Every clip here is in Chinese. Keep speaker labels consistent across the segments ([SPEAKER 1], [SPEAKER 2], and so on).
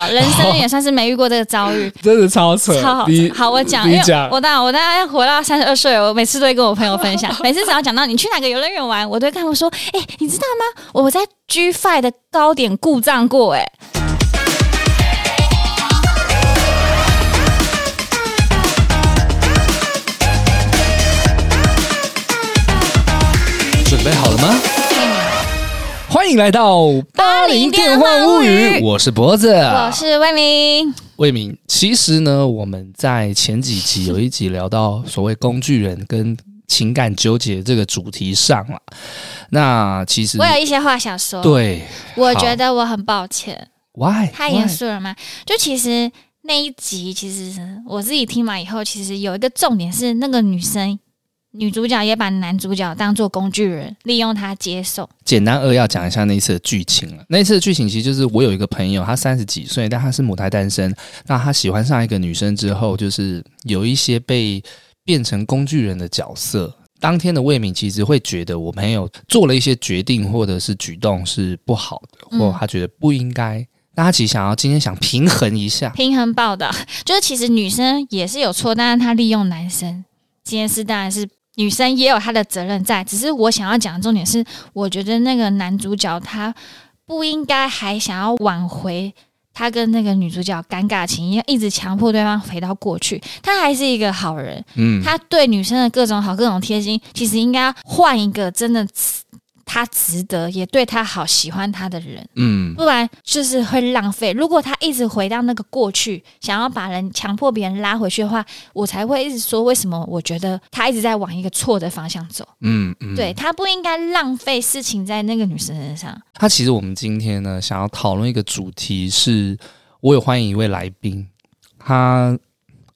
[SPEAKER 1] 人生也算是没遇过这个遭 遇，
[SPEAKER 2] 真的超扯。
[SPEAKER 1] 超好
[SPEAKER 2] 啊你
[SPEAKER 1] 吃。好，我讲，因
[SPEAKER 2] 你
[SPEAKER 1] 为
[SPEAKER 2] 讲
[SPEAKER 1] 我当然我当然要活到三十二岁，我每次都会跟我朋友分 享。每次只要讲到你去哪个游乐园玩，我都会跟他们说：“哎、你知道吗？我在 G Five 的高点故障过、哎。
[SPEAKER 2] 准备好了吗？欢迎来到《
[SPEAKER 1] 巴黎电幻物语
[SPEAKER 2] 我是脖子，
[SPEAKER 1] 我是魏明，
[SPEAKER 2] 魏明。其实呢，我们在前几集有一集聊到所谓工具人跟情感纠结这个主题上了。那其实
[SPEAKER 1] 我有一些话想说。
[SPEAKER 2] 对
[SPEAKER 1] 我
[SPEAKER 2] 好
[SPEAKER 1] 觉得我很抱歉，
[SPEAKER 2] ，why
[SPEAKER 1] 太严肃了吗？就其实那一集，其实是我自己听完以后，其实有一个重点是，那个女生女主角也把男主角当做工具人，利用他接受。
[SPEAKER 2] 简单扼要讲一下那一次的剧情了。那一次的剧情其实就是我有一个朋友，他三十几岁，但他是母胎单身。那他喜欢上一个女生之后，就是有一些被变成工具人的角色。当天的魏敏其实会觉得我朋友做了一些决定或者是举动是不好的，
[SPEAKER 1] 嗯
[SPEAKER 2] 或他觉得不应该。那他其实想要今天想平衡一下，
[SPEAKER 1] 平衡报道 就是，其实女生也是有错，但是她利用男生这件事，当然是女生也有她的责任在。只是我想要讲的重点是，我觉得那个男主角他不应该还想要挽回他跟那个女主角尴尬情，因为一直强迫对方回到过去。他还是一个好人，
[SPEAKER 2] 嗯，
[SPEAKER 1] 他对女生的各种好、各种贴心，其实应该换一个真的值他值得也对他好、喜欢他的人。
[SPEAKER 2] 嗯
[SPEAKER 1] 不然就是会浪费。如果他一直回到那个过去，想要把人强迫别人拉回去的话，我才会一直说为什么我觉得他一直在往一个错的方向走。
[SPEAKER 2] 嗯嗯，
[SPEAKER 1] 对他不应该浪费事情在那个女生身上。
[SPEAKER 2] 他其实我们今天呢，想要讨论一个主题是，我有欢迎一位来宾，他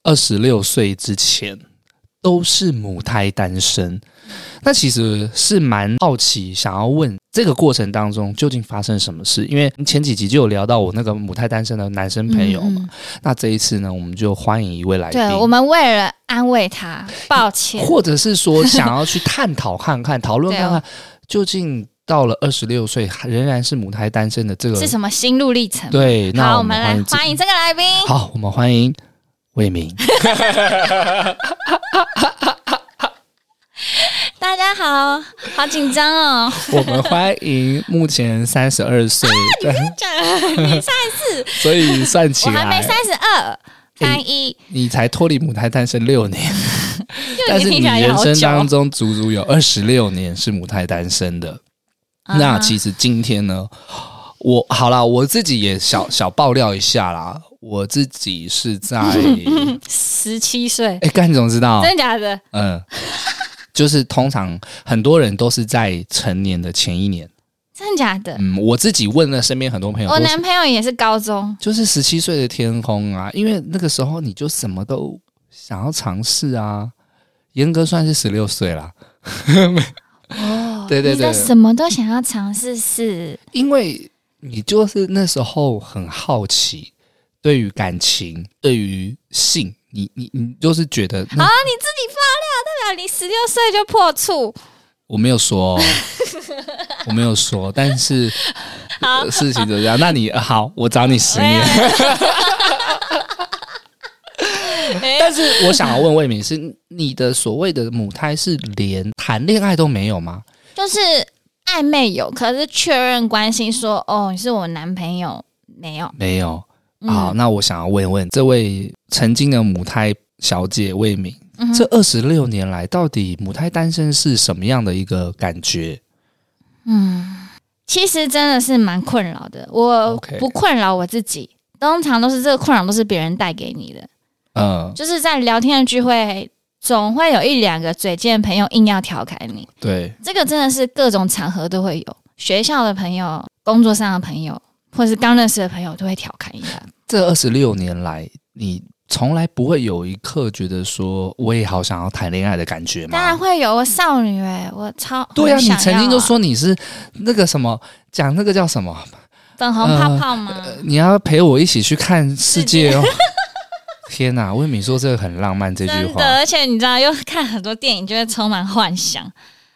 [SPEAKER 2] 二十六岁之前都是母胎单身，那其实是蛮好奇，想要问这个过程当中究竟发生什么事？因为前几集就有聊到我那个母胎单身的男生朋友嘛，
[SPEAKER 1] 嗯
[SPEAKER 2] 那这一次呢，我们就欢迎一位来宾。
[SPEAKER 1] 对我们为了安慰他，抱歉，
[SPEAKER 2] 或者是说想要去探讨看看、讨
[SPEAKER 1] 啊
[SPEAKER 2] 论看看，究竟到了二十六岁还仍然是母胎单身的这个
[SPEAKER 1] 是什么心路历程？
[SPEAKER 2] 对，那
[SPEAKER 1] 好，
[SPEAKER 2] 我
[SPEAKER 1] 我们来
[SPEAKER 2] 迎这
[SPEAKER 1] 欢迎这个来宾。
[SPEAKER 2] 好，我们欢迎 魏明。
[SPEAKER 1] 大家好，好紧张哦！
[SPEAKER 2] 我们欢迎目前三十 二岁，对，
[SPEAKER 1] 你上
[SPEAKER 2] 所以算起
[SPEAKER 1] 我还没
[SPEAKER 2] 来
[SPEAKER 1] 三十二，三一，
[SPEAKER 2] 你才脱离母胎单身六年，
[SPEAKER 1] 就
[SPEAKER 2] 但
[SPEAKER 1] 已
[SPEAKER 2] 是
[SPEAKER 1] 经
[SPEAKER 2] 你
[SPEAKER 1] 听起来也
[SPEAKER 2] 人
[SPEAKER 1] 好
[SPEAKER 2] 生当
[SPEAKER 1] 久。哦
[SPEAKER 2] 中足足有二十六年是母胎单身的。那
[SPEAKER 1] 啊
[SPEAKER 2] 其实今天呢，我好啦，我自己也小小爆料一下啦，我自己是 在
[SPEAKER 1] 十七岁，
[SPEAKER 2] 哎，干总知道，
[SPEAKER 1] 真的假的？
[SPEAKER 2] 嗯，就是通常很多人都是在成年的前一年。
[SPEAKER 1] 真的假的？
[SPEAKER 2] 嗯，我自己问了身边很多朋友，
[SPEAKER 1] 我
[SPEAKER 2] 都是
[SPEAKER 1] 男朋友也是高中，
[SPEAKER 2] 就是十七岁的天空啊，因为那个时候你就什么都想要尝试啊。严格算是十六岁啦，
[SPEAKER 1] 哦
[SPEAKER 2] 对对对
[SPEAKER 1] 你的什么都想要尝试是，
[SPEAKER 2] 因为你就是那时候很好奇，对于感情，对于性，你你你就是觉得那
[SPEAKER 1] 啊，你自己爆料，代表你十六岁就破处，
[SPEAKER 2] 我没 有说哦，我没有说，但是
[SPEAKER 1] 好
[SPEAKER 2] 事情就这样。那你好，我找你十年。
[SPEAKER 1] 哎
[SPEAKER 2] 但是我想要问魏敏，是你的所谓的母胎是连谈恋爱都没有吗？
[SPEAKER 1] 就是暧昧有，可是确认关系说哦，你是我男朋友没有？
[SPEAKER 2] 没有。
[SPEAKER 1] 嗯
[SPEAKER 2] 好，那我想要问问这位曾经的母胎小姐魏敏，
[SPEAKER 1] 嗯哼
[SPEAKER 2] 这二十六年来到底母胎单身是什么样的一个感觉？
[SPEAKER 1] 嗯，其实真的是蛮困扰的，我
[SPEAKER 2] OK
[SPEAKER 1] 不困扰我自己。通常都是这个困扰都是别人带给你的，
[SPEAKER 2] 嗯，
[SPEAKER 1] 就是在聊天的聚会，总会有一两个嘴贱的朋友硬要调侃你，
[SPEAKER 2] 对，
[SPEAKER 1] 这个真的是各种场合都会有，学校的朋友、工作上的朋友，或是刚认识的朋友都会调侃一下。
[SPEAKER 2] 这二十六年来，你从来不会有一刻觉得说我也好想要谈恋爱的感觉吗？
[SPEAKER 1] 当然会有，我少女哎、我超
[SPEAKER 2] 对啊，
[SPEAKER 1] 很
[SPEAKER 2] 你
[SPEAKER 1] 想
[SPEAKER 2] 曾
[SPEAKER 1] 要
[SPEAKER 2] 经
[SPEAKER 1] 啊
[SPEAKER 2] 就说你是那个什么，讲那个叫什么，
[SPEAKER 1] 粉红泡泡吗？
[SPEAKER 2] 你要陪我一起去看世界
[SPEAKER 1] 世
[SPEAKER 2] 哦。天哪、魏敏说这个很浪漫这句
[SPEAKER 1] 真
[SPEAKER 2] 话，
[SPEAKER 1] 的，而且你知道，又看很多电影，就会充满幻想。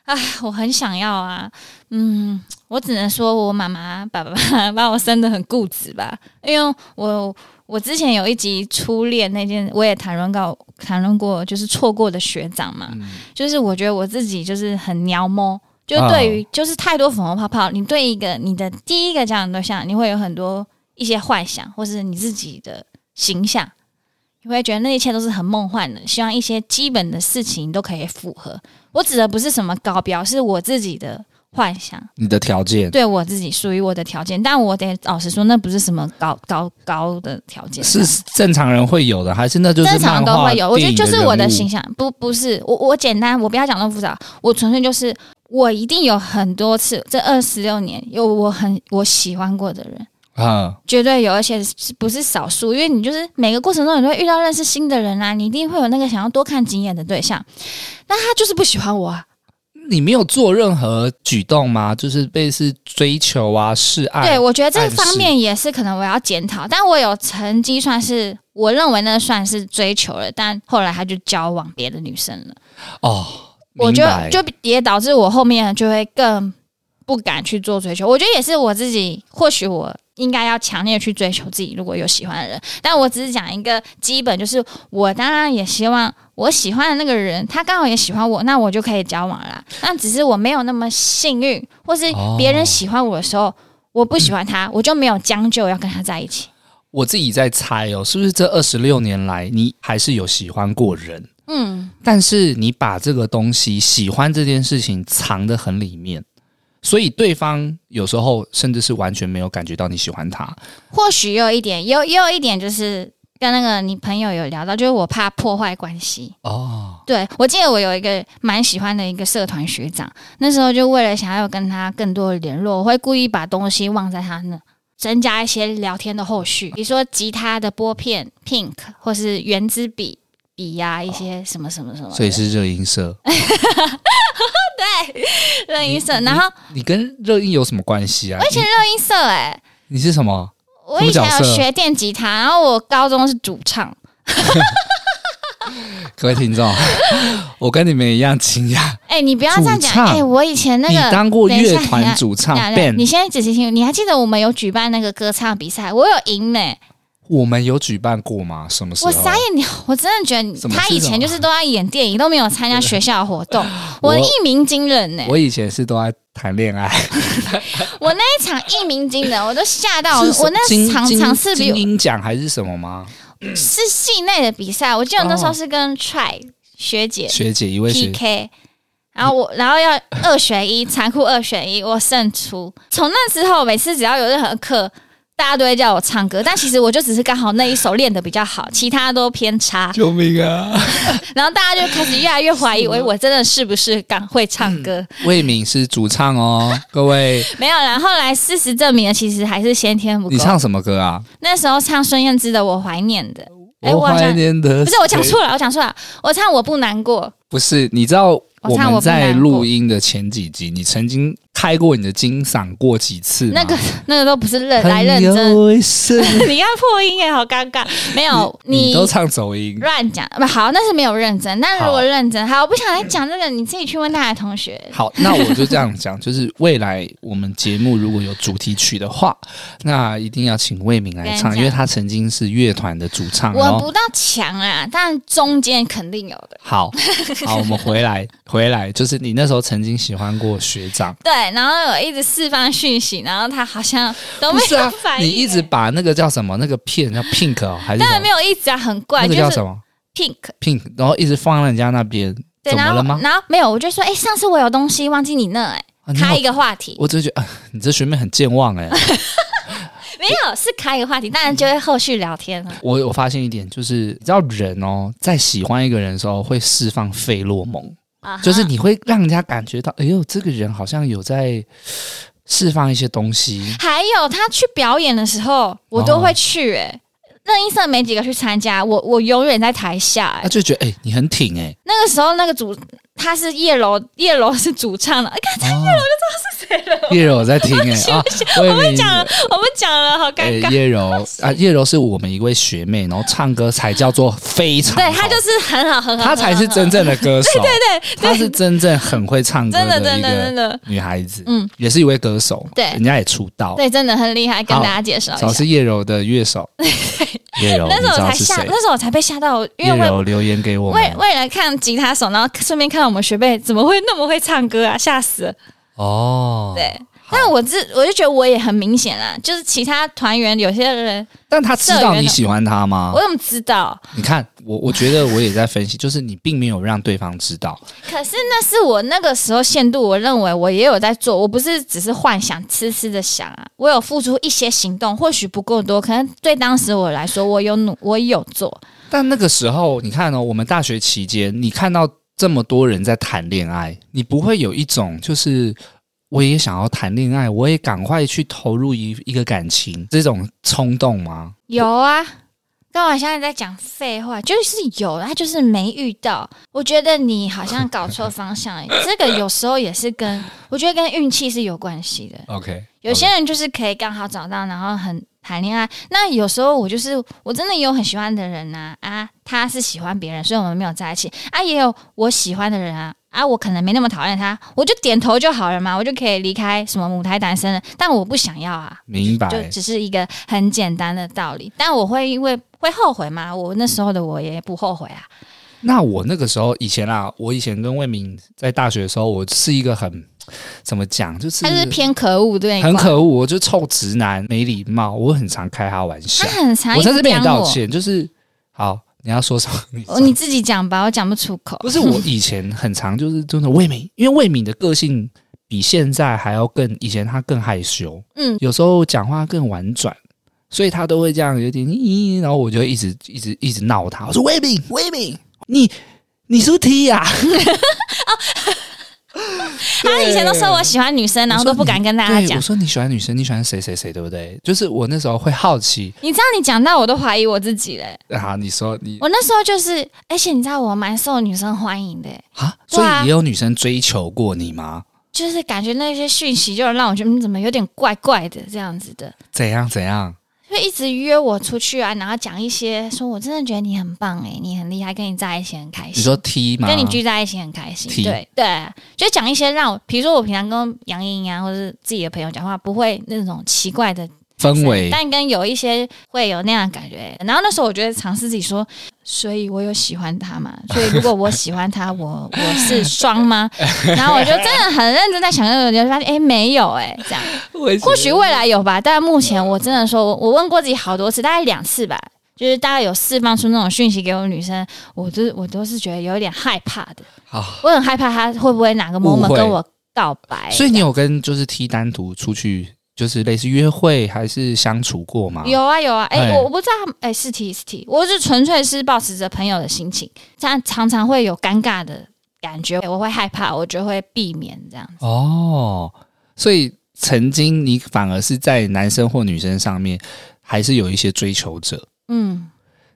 [SPEAKER 1] 啊，我很想要啊，嗯，我只能说我妈妈、爸爸把我生的很固执吧，因为我我之前有一集初恋那件，我也谈论到谈论过，就是错过的学长嘛，
[SPEAKER 2] 嗯
[SPEAKER 1] 就是我觉得我自己就是很娘摸，就对于、就是太多粉红泡泡，你对一个你的第一个交往对象，你会有很多一些幻想，或是你自己的形象，你会觉得那一切都是很梦幻的，希望一些基本的事情都可以符合。我指的不是什么高标，是我自己的幻想，
[SPEAKER 2] 你的条件
[SPEAKER 1] 对我自己属于我的条件。但我得老实说，那不是什么高高高的条件，
[SPEAKER 2] 是正常人会有的，还是那就是
[SPEAKER 1] 正常
[SPEAKER 2] 漫
[SPEAKER 1] 都
[SPEAKER 2] 画
[SPEAKER 1] 会有。我觉得
[SPEAKER 2] 电影
[SPEAKER 1] 就是
[SPEAKER 2] 人
[SPEAKER 1] 我的
[SPEAKER 2] 物
[SPEAKER 1] 形象，不不是我我简单，我不要讲那么复杂，我纯粹就是我一定有很多次，这二十六年有我很我喜欢过的人，
[SPEAKER 2] 啊，
[SPEAKER 1] 绝对有，而且是不是少数，因为你就是每个过程中你都会遇到认识新的人啊，你一定会有那个想要多看几眼的对象，但他就是不喜欢我啊，
[SPEAKER 2] 你没有做任何举动吗？就是类似追求啊、示爱，
[SPEAKER 1] 对我觉得这
[SPEAKER 2] 暗示
[SPEAKER 1] 方面也是可能我要检讨，但我有成绩算是我认为那算是追求了，但后来他就交往别的女生了。
[SPEAKER 2] 哦，
[SPEAKER 1] 我
[SPEAKER 2] 明
[SPEAKER 1] 就
[SPEAKER 2] 白
[SPEAKER 1] 就也导致我后面就会更不敢去做追求。我觉得也是我自己，或许我应该要强烈去追求自己，如果有喜欢的人。但我只是讲一个基本，就是我当然也希望我喜欢的那个人，他刚好也喜欢我，那我就可以交往啦。但只是我没有那么幸运，或是
[SPEAKER 2] 哦
[SPEAKER 1] 别人喜欢我的时候。我不喜欢他，我就没有将就要跟他在一起。
[SPEAKER 2] 我自己在猜哦，是不是这二十六年来你还是有喜欢过人，
[SPEAKER 1] 嗯，
[SPEAKER 2] 但是你把这个东西喜欢这件事情藏得很里面，所以对方有时候甚至是完全没有感觉到你喜欢他。
[SPEAKER 1] 或许也有一点，也有也有一点，就是跟那个你朋友有聊到，就是我怕破坏关系。
[SPEAKER 2] 哦，
[SPEAKER 1] 对，我记得我有一个蛮喜欢的一个社团学长，那时候就为了想要跟他更多的联络，我会故意把东西忘在他那，增加一些聊天的后续，比如说吉他的拨片 pink 或是圆珠笔笔呀、一些什么什么什么的，
[SPEAKER 2] 哦所以是热音社，
[SPEAKER 1] 热音社，
[SPEAKER 2] 你
[SPEAKER 1] 然后
[SPEAKER 2] 你跟热音有什么关系啊？
[SPEAKER 1] 而且热音社哎、
[SPEAKER 2] 你你是什么？
[SPEAKER 1] 我以前
[SPEAKER 2] 什么角
[SPEAKER 1] 有
[SPEAKER 2] 色
[SPEAKER 1] 学电吉他，然后我高中是主唱，
[SPEAKER 2] 各位 听众，我跟你们一样惊讶，
[SPEAKER 1] 哎、你不要这样
[SPEAKER 2] 主
[SPEAKER 1] 讲，
[SPEAKER 2] 唱
[SPEAKER 1] 哎、我以前那
[SPEAKER 2] 你
[SPEAKER 1] 个
[SPEAKER 2] 当过
[SPEAKER 1] 等一
[SPEAKER 2] 乐
[SPEAKER 1] 下等一
[SPEAKER 2] 团
[SPEAKER 1] 下
[SPEAKER 2] 主唱
[SPEAKER 1] 等一下
[SPEAKER 2] band，
[SPEAKER 1] 你现在仔细听，你还记得我们有举办那个歌唱比赛，我有赢呢、
[SPEAKER 2] 我们有举办过吗？什么时候？
[SPEAKER 1] 我傻眼，你 我真的觉
[SPEAKER 2] 什
[SPEAKER 1] 得
[SPEAKER 2] 么
[SPEAKER 1] 他以
[SPEAKER 2] 是什么
[SPEAKER 1] 前就是都在演电影，都没有参加学校的活 动。
[SPEAKER 2] 我
[SPEAKER 1] 我一鸣惊人呢、
[SPEAKER 2] 我以前是都在谈恋爱，
[SPEAKER 1] 我那一场一鸣惊人，我都吓到。
[SPEAKER 2] 是什
[SPEAKER 1] 我那
[SPEAKER 2] 金
[SPEAKER 1] 场
[SPEAKER 2] 金
[SPEAKER 1] 场次比
[SPEAKER 2] 金鹰奖还是什么吗？
[SPEAKER 1] 是系内的比赛，我记得我那时候是跟 Try 学姐
[SPEAKER 2] 哦学姐一位学
[SPEAKER 1] PK，然后我然后要二选一，残酷二选一，我胜出。从那之后，每次只要有任何课，大家都会叫我唱歌，但其实我就只是刚好那一首练的比较好，其他都偏差。
[SPEAKER 2] 救命啊！
[SPEAKER 1] 然后大家就开始越来越怀疑，我我真的是不是敢会唱歌？
[SPEAKER 2] 魏敏是主唱哦，各位，
[SPEAKER 1] 没有啦，然后来事实证明了，其实还是先天不够
[SPEAKER 2] 你。唱什么歌啊？
[SPEAKER 1] 那时候唱孙燕姿的《我怀念的》，哎
[SPEAKER 2] 我
[SPEAKER 1] 我好像
[SPEAKER 2] 怀念的
[SPEAKER 1] 不是我讲
[SPEAKER 2] 谁，
[SPEAKER 1] 错了，我讲错了，我唱《我不难过
[SPEAKER 2] 不是你知道我
[SPEAKER 1] 我唱
[SPEAKER 2] 们
[SPEAKER 1] 我不
[SPEAKER 2] 在
[SPEAKER 1] 难过
[SPEAKER 2] 录音的前几集，你曾经开过你的金嗓过几次吗？》，
[SPEAKER 1] 那个那个都不是认来认
[SPEAKER 2] 朋
[SPEAKER 1] 真。
[SPEAKER 2] 友一生，
[SPEAKER 1] 你看破音哎，好尴尬。没有
[SPEAKER 2] 你
[SPEAKER 1] 你
[SPEAKER 2] 都唱走音，
[SPEAKER 1] 乱讲，不好，那是没有认真。那如
[SPEAKER 2] 好
[SPEAKER 1] 果认真，好，我不想再讲这个，你自己去问大家的同学。
[SPEAKER 2] 好，那我就这样讲，就是未来我们节目如果有主题曲的话，那一定要请魏敏来
[SPEAKER 1] 跟你
[SPEAKER 2] 唱，
[SPEAKER 1] 讲
[SPEAKER 2] 因为他曾经是乐团的主唱
[SPEAKER 1] 我
[SPEAKER 2] 哦。
[SPEAKER 1] 不到强啊，但中间肯定有的。
[SPEAKER 2] 好，好，我们回来，回来，就是你那时候曾经喜欢过学长，
[SPEAKER 1] 对，然后有一直释放讯息，然后他好像都
[SPEAKER 2] 不
[SPEAKER 1] 没
[SPEAKER 2] 是
[SPEAKER 1] 有
[SPEAKER 2] 啊
[SPEAKER 1] 反，应。欸
[SPEAKER 2] 你一直把那个叫什么那个片叫 pink 哦，还是
[SPEAKER 1] 当
[SPEAKER 2] 什
[SPEAKER 1] 然没
[SPEAKER 2] 么？
[SPEAKER 1] 有一直啊，很怪，
[SPEAKER 2] 那
[SPEAKER 1] 就
[SPEAKER 2] 个叫
[SPEAKER 1] 是
[SPEAKER 2] 什么
[SPEAKER 1] pink。
[SPEAKER 2] pink，然后一直放在人家那边，
[SPEAKER 1] 对，
[SPEAKER 2] 怎
[SPEAKER 1] 然
[SPEAKER 2] 么
[SPEAKER 1] 后
[SPEAKER 2] 了吗？
[SPEAKER 1] 然后没有，我就说，哎、上次我有东西忘记你那、哎、
[SPEAKER 2] 啊你好
[SPEAKER 1] 开一个话题，
[SPEAKER 2] 我只是觉得、啊，你这学妹很健忘 哎、
[SPEAKER 1] 没有是开一个话题，当然就会后续聊天了。
[SPEAKER 2] 我有发现一点，就是你知道人哦，在喜欢一个人的时候会释放费洛蒙。
[SPEAKER 1] 啊哈
[SPEAKER 2] 就是你会让人家感觉到，哎呦，这个人好像有在释放一些东西。
[SPEAKER 1] 还有他去表演的时候，我都会去、哎、那音社没几个去参加，我我永远在台下、哎
[SPEAKER 2] 他就觉得，哎、你很挺哎、
[SPEAKER 1] 那个时候那个主他是叶楼，叶楼是主唱的，哎看
[SPEAKER 2] 哦，
[SPEAKER 1] 醉 了。
[SPEAKER 2] 叶柔有在听哎、啊，我
[SPEAKER 1] 我
[SPEAKER 2] 也
[SPEAKER 1] 们
[SPEAKER 2] 没
[SPEAKER 1] 讲了，我们讲了，好
[SPEAKER 2] 哎
[SPEAKER 1] 尴尬。
[SPEAKER 2] 叶柔啊，叶柔是我们一位学妹，然后唱歌才叫做非常好，
[SPEAKER 1] 对他就是很好，很好，
[SPEAKER 2] 她才是真正的歌手，对对
[SPEAKER 1] 对
[SPEAKER 2] 她是真正很会唱歌
[SPEAKER 1] 真的，
[SPEAKER 2] 一
[SPEAKER 1] 真的，真
[SPEAKER 2] 个
[SPEAKER 1] 的，
[SPEAKER 2] 女孩子，
[SPEAKER 1] 嗯，
[SPEAKER 2] 也是一位歌手，
[SPEAKER 1] 对
[SPEAKER 2] 人家也出道，
[SPEAKER 1] 对，真的很厉害。跟大家介绍
[SPEAKER 2] 少
[SPEAKER 1] 一下，
[SPEAKER 2] 是叶柔的 乐手，叶柔，
[SPEAKER 1] 那时
[SPEAKER 2] 你
[SPEAKER 1] 候
[SPEAKER 2] 知
[SPEAKER 1] 我
[SPEAKER 2] 道
[SPEAKER 1] 才
[SPEAKER 2] 是
[SPEAKER 1] 吓，
[SPEAKER 2] 谁？
[SPEAKER 1] 那时候我才被吓到，因为
[SPEAKER 2] 叶
[SPEAKER 1] 我也
[SPEAKER 2] 柔留言给我们
[SPEAKER 1] 为为了看吉他手，然后顺便看到我们学妹怎么会那么会唱歌啊，吓死了。
[SPEAKER 2] 哦，
[SPEAKER 1] 对，但我自我就觉得我也很明显啦，就是其他团员有些人，
[SPEAKER 2] 但他知道你喜欢他吗
[SPEAKER 1] 我？怎么知道？
[SPEAKER 2] 你看，我我觉得我也在分析，就是你并没有让对方知道，
[SPEAKER 1] 可是那是我那个时候限度，我认为我也有在做，我不是只是幻想、痴痴的想啊，我有付出一些行动，或许不够多，可能对当时我来说，我有努，我有做，
[SPEAKER 2] 但那个时候，你看哦，我们大学期间，你看到这么多人在谈恋爱，你不会有一种就是我也想要谈恋爱，我也赶快去投入一一个感情这种冲动吗？
[SPEAKER 1] 有啊。但我现在在讲废话，就是有，他就是没遇到。我觉得你好像搞错方向了，这个有时候也是跟我觉得跟运气是有关系的。
[SPEAKER 2] OK，
[SPEAKER 1] 有些人就是可以刚好找到，然后很谈恋爱。那有时候我就是我真的有很喜欢的人呐、啊，他是喜欢别人，所以我们没有在一起啊，也有我喜欢的人啊。啊，我可能没那么讨厌他，我就点头就好了嘛，我就可以离开什么母胎单身了。但我不想要啊，
[SPEAKER 2] 明
[SPEAKER 1] 就
[SPEAKER 2] 白。
[SPEAKER 1] 只是一个很简单的道理。但我会因为会后悔吗？我那时候的我也不后悔啊。
[SPEAKER 2] 那我那个时候以前啦，我以前跟魏敏在大学的时候，我是一个很怎么讲，就是
[SPEAKER 1] 他就是偏可恶对，
[SPEAKER 2] 很，可恶，我就臭直男，没礼貌，我很常开他玩笑
[SPEAKER 1] 他。很常
[SPEAKER 2] 我在
[SPEAKER 1] 一直
[SPEAKER 2] 这边也
[SPEAKER 1] 刁
[SPEAKER 2] 道
[SPEAKER 1] 我
[SPEAKER 2] 歉，就是好，你要说什么？你
[SPEAKER 1] 哦你自己讲吧，我讲不出口。
[SPEAKER 2] 不是我以前很常就是真的魏敏，因为魏敏的个性比现在还要更，以前她更害羞，
[SPEAKER 1] 嗯，
[SPEAKER 2] 有时候讲话更婉转，所以她都会这样有点咦，然后我就一直一直一直闹她，我说魏敏，魏敏，你你是不是 T 啊呀、
[SPEAKER 1] 他以前都说我喜欢女生，然后都不敢跟 大家
[SPEAKER 2] 对，
[SPEAKER 1] 讲
[SPEAKER 2] 我。说你喜欢女生，你喜欢谁谁谁，对不对？就是我那时候会好 奇
[SPEAKER 1] 你知道，你讲到我都怀疑我自己嘞。
[SPEAKER 2] 啊，你说你
[SPEAKER 1] 我那时候就是，而且你知道，我蛮受女生欢迎的，
[SPEAKER 2] 啊，
[SPEAKER 1] 对
[SPEAKER 2] 所
[SPEAKER 1] 啊
[SPEAKER 2] 以也有女生追求过你吗？
[SPEAKER 1] 就是感觉那些讯息就让我觉得嗯怎么有点怪怪的这样子的，
[SPEAKER 2] 怎样怎样？
[SPEAKER 1] 就一直约我出去啊，然后讲一些说我真的觉得你很棒诶，你很厉害，跟你在一起很开
[SPEAKER 2] 你
[SPEAKER 1] 心。
[SPEAKER 2] 说 T 吗？
[SPEAKER 1] 哎跟你聚在一起很开心，
[SPEAKER 2] 提
[SPEAKER 1] 对对，就讲一些让我，比如说我平常跟杨莹啊，或者是自己的朋友讲话，不会那种奇怪的
[SPEAKER 2] 氛围
[SPEAKER 1] 但跟有一些会有那样的感觉。然后那时候我觉得尝试自己说，所以我有喜欢他嘛？所以如果我喜欢他， 我我是双吗？然后我就真的很认真在想，那个就发现哎、诶没有哎、诶这样
[SPEAKER 2] 为什么
[SPEAKER 1] 或许未来有吧，但目前我真的说，我我问过自己好多次，大概两次吧。就是大概有释放出那种讯息给我女生，我都我都是觉得有点害怕的，
[SPEAKER 2] 好。
[SPEAKER 1] 我很害怕她会不会哪个
[SPEAKER 2] 误
[SPEAKER 1] moment
[SPEAKER 2] 会
[SPEAKER 1] 跟我告白。
[SPEAKER 2] 所以你有跟就是 T 单独出去，就是类似约会还是相处过吗？
[SPEAKER 1] 有啊有啊，哎、
[SPEAKER 2] 哎
[SPEAKER 1] 我我不知道他们，哎、是提是提，我是纯粹是保持着朋友的心情，这样常常会有尴尬的感觉，我会害怕，我就会避免这样。
[SPEAKER 2] 哦，所以曾经你反而是在男生或女生上面，还是有一些追求者。
[SPEAKER 1] 嗯，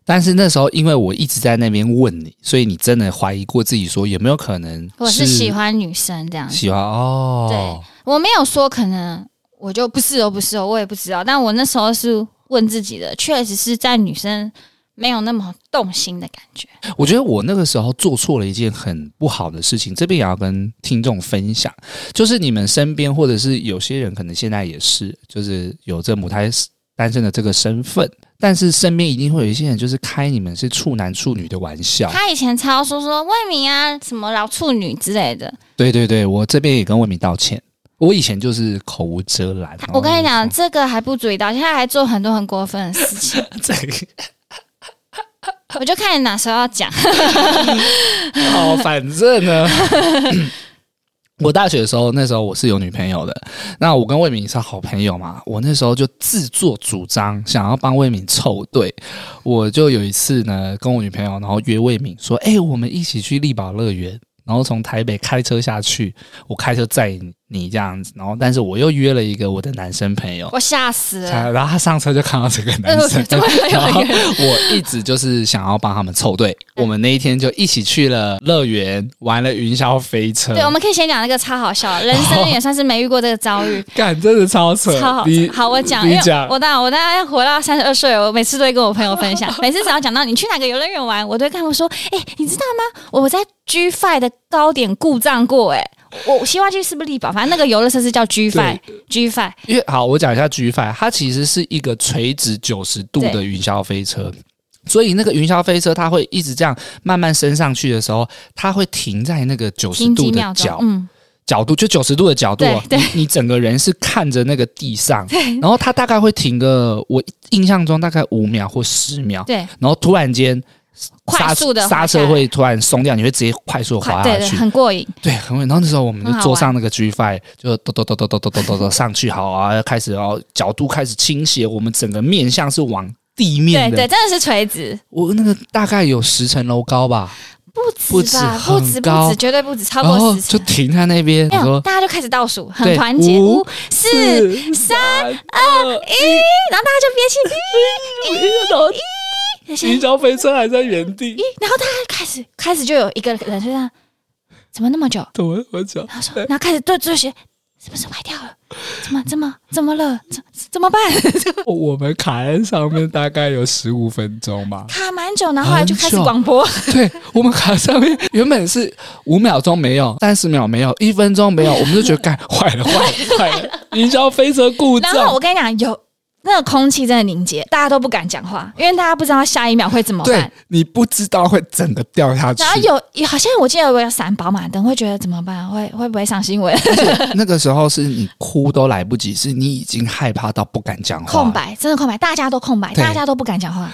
[SPEAKER 2] 但是那时候，因为我一直在那边问你，所以你真的怀疑过自己，说有没有可能
[SPEAKER 1] 我是喜欢女生这样子，
[SPEAKER 2] 喜欢哦？
[SPEAKER 1] 我没有说可能我就不是哦不是哦，我也不知道，但我那时候是问自己的，确实是在女生没有那么动心的感觉。
[SPEAKER 2] 我觉得我那个时候做错了一件很不好的事情，这边也要跟听众分享，就是你们身边或者是有些人可能现在也是，就是有这母胎单身的这个身份，但是身边一定会有一些人就是开你们是处男处女的玩 笑。
[SPEAKER 1] 他以前超说说魏明啊，什么老处女之类的，
[SPEAKER 2] 对对对，我这边也跟魏敏道歉，我以前就是口无遮拦。哦
[SPEAKER 1] 我跟你讲，
[SPEAKER 2] 然后
[SPEAKER 1] 这个还不足以道歉，他还做很多很过分的事情。
[SPEAKER 2] 这
[SPEAKER 1] 我就看你哪时候要讲。
[SPEAKER 2] 个 哦，反正呢。 我大学的时候，那时候我是有女朋友的。那我跟魏敏是好朋友嘛，我那时候就自作主张想要帮魏敏凑对。我就有一次呢，跟我女朋友，然后约魏敏说：“哎、我们一起去力宝乐园。”然后从台北开车下去，我开车载你，你这样子，然后但是我又约了一个我的男生朋友，
[SPEAKER 1] 我吓死了。
[SPEAKER 2] 然后他上车就看到这个男生，
[SPEAKER 1] 怎么会
[SPEAKER 2] 然
[SPEAKER 1] 有一
[SPEAKER 2] 后
[SPEAKER 1] 个人？
[SPEAKER 2] 我一直就是想要帮他们凑对，我们那一天就一起去了乐园，玩了云霄飞车，
[SPEAKER 1] 对，我们可以先讲那个超好笑的，人生也算是没遇过这个遭 遇，
[SPEAKER 2] 干真的超扯，
[SPEAKER 1] 超好
[SPEAKER 2] 你
[SPEAKER 1] 笑。好，我讲，
[SPEAKER 2] 你
[SPEAKER 1] 因为
[SPEAKER 2] 讲
[SPEAKER 1] 我大我大概活到三十二岁，我每次都会跟我朋友分 享，每次只要讲到你去哪个游乐园玩，我都会跟他们说，哎、你知道吗？我在 G Five 的高点故障过、哎。我我希望去是不是力宝？反正那个游乐设施叫 G Five，G Five
[SPEAKER 2] 因为好，我讲一下 G Five，它其实是一个垂直九十度的云霄飞车，所以那个云霄飞车它会一直这样慢慢升上去的时候，它会停在那个九十
[SPEAKER 1] 停
[SPEAKER 2] 度
[SPEAKER 1] 几
[SPEAKER 2] 的
[SPEAKER 1] 秒钟
[SPEAKER 2] 角，、
[SPEAKER 1] 嗯，
[SPEAKER 2] 角度，就九十度的角度哦，
[SPEAKER 1] 对
[SPEAKER 2] 你你整个人是看着那个地上，然后它大概会停个我印象中大概五秒或十秒，
[SPEAKER 1] 对，
[SPEAKER 2] 然后突然间刹
[SPEAKER 1] 快速地
[SPEAKER 2] 刹
[SPEAKER 1] 滑下
[SPEAKER 2] 车
[SPEAKER 1] 来
[SPEAKER 2] 会突然松掉，你会直接快速地
[SPEAKER 1] 快
[SPEAKER 2] 滑
[SPEAKER 1] 对
[SPEAKER 2] 下
[SPEAKER 1] 对，
[SPEAKER 2] 去，
[SPEAKER 1] 很过瘾。
[SPEAKER 2] 对，很稳。然后那时候我们就
[SPEAKER 1] 很好
[SPEAKER 2] 坐上那个 G Five，就抖抖抖抖抖抖抖抖抖上去，好啊，开始哦，角度开始倾斜，我们整个面向是往地
[SPEAKER 1] 对
[SPEAKER 2] 面的。
[SPEAKER 1] 对，真的是垂直，
[SPEAKER 2] 我那个大概有十层楼高吧，
[SPEAKER 1] 不止哦吧，不
[SPEAKER 2] 不止很
[SPEAKER 1] 止不
[SPEAKER 2] 高
[SPEAKER 1] 止，绝对不止，超
[SPEAKER 2] 然
[SPEAKER 1] 过
[SPEAKER 2] 后
[SPEAKER 1] 十次。
[SPEAKER 2] 就停在那边，
[SPEAKER 1] 没
[SPEAKER 2] 我
[SPEAKER 1] 有，
[SPEAKER 2] 说
[SPEAKER 1] 大家就开始倒数，很
[SPEAKER 2] 对
[SPEAKER 1] 团结，
[SPEAKER 2] 五
[SPEAKER 1] 五、四、 然后
[SPEAKER 2] 三
[SPEAKER 1] 大家就憋气，一、一、
[SPEAKER 2] 云
[SPEAKER 1] 一，
[SPEAKER 2] 霄飞车还在原地，
[SPEAKER 1] 然后大家开始开始就有一个人就这样，怎么那么久？
[SPEAKER 2] 怎么怎么讲？
[SPEAKER 1] 然后说，然后开始对这些，是不是坏掉了？怎么怎么怎么了？怎怎么办？。
[SPEAKER 2] 我我们卡在上面大概有十五分钟吧
[SPEAKER 1] 卡蛮久，然后后来就开始
[SPEAKER 2] 很久
[SPEAKER 1] 广播，
[SPEAKER 2] 对我们卡上面原本是五秒钟没有，三十秒没有，一分钟没有，我们就觉得干坏了坏了坏了，云霄飞车故
[SPEAKER 1] 然后
[SPEAKER 2] 障
[SPEAKER 1] 我。跟你讲，有那个空气真的凝结，大家都不敢讲话，因为大家不知道下一秒会怎么
[SPEAKER 2] 对
[SPEAKER 1] 办。
[SPEAKER 2] 你不知道会整个掉下去
[SPEAKER 1] 然。后有有好像我记得我有闪宝马灯，会觉得怎么办？会会不会上新闻？
[SPEAKER 2] 那个时候是你哭都来不及，是你已经害怕到不敢讲话。
[SPEAKER 1] 空。白，真的空白，大家都空白，
[SPEAKER 2] 对
[SPEAKER 1] 大家都不敢讲话，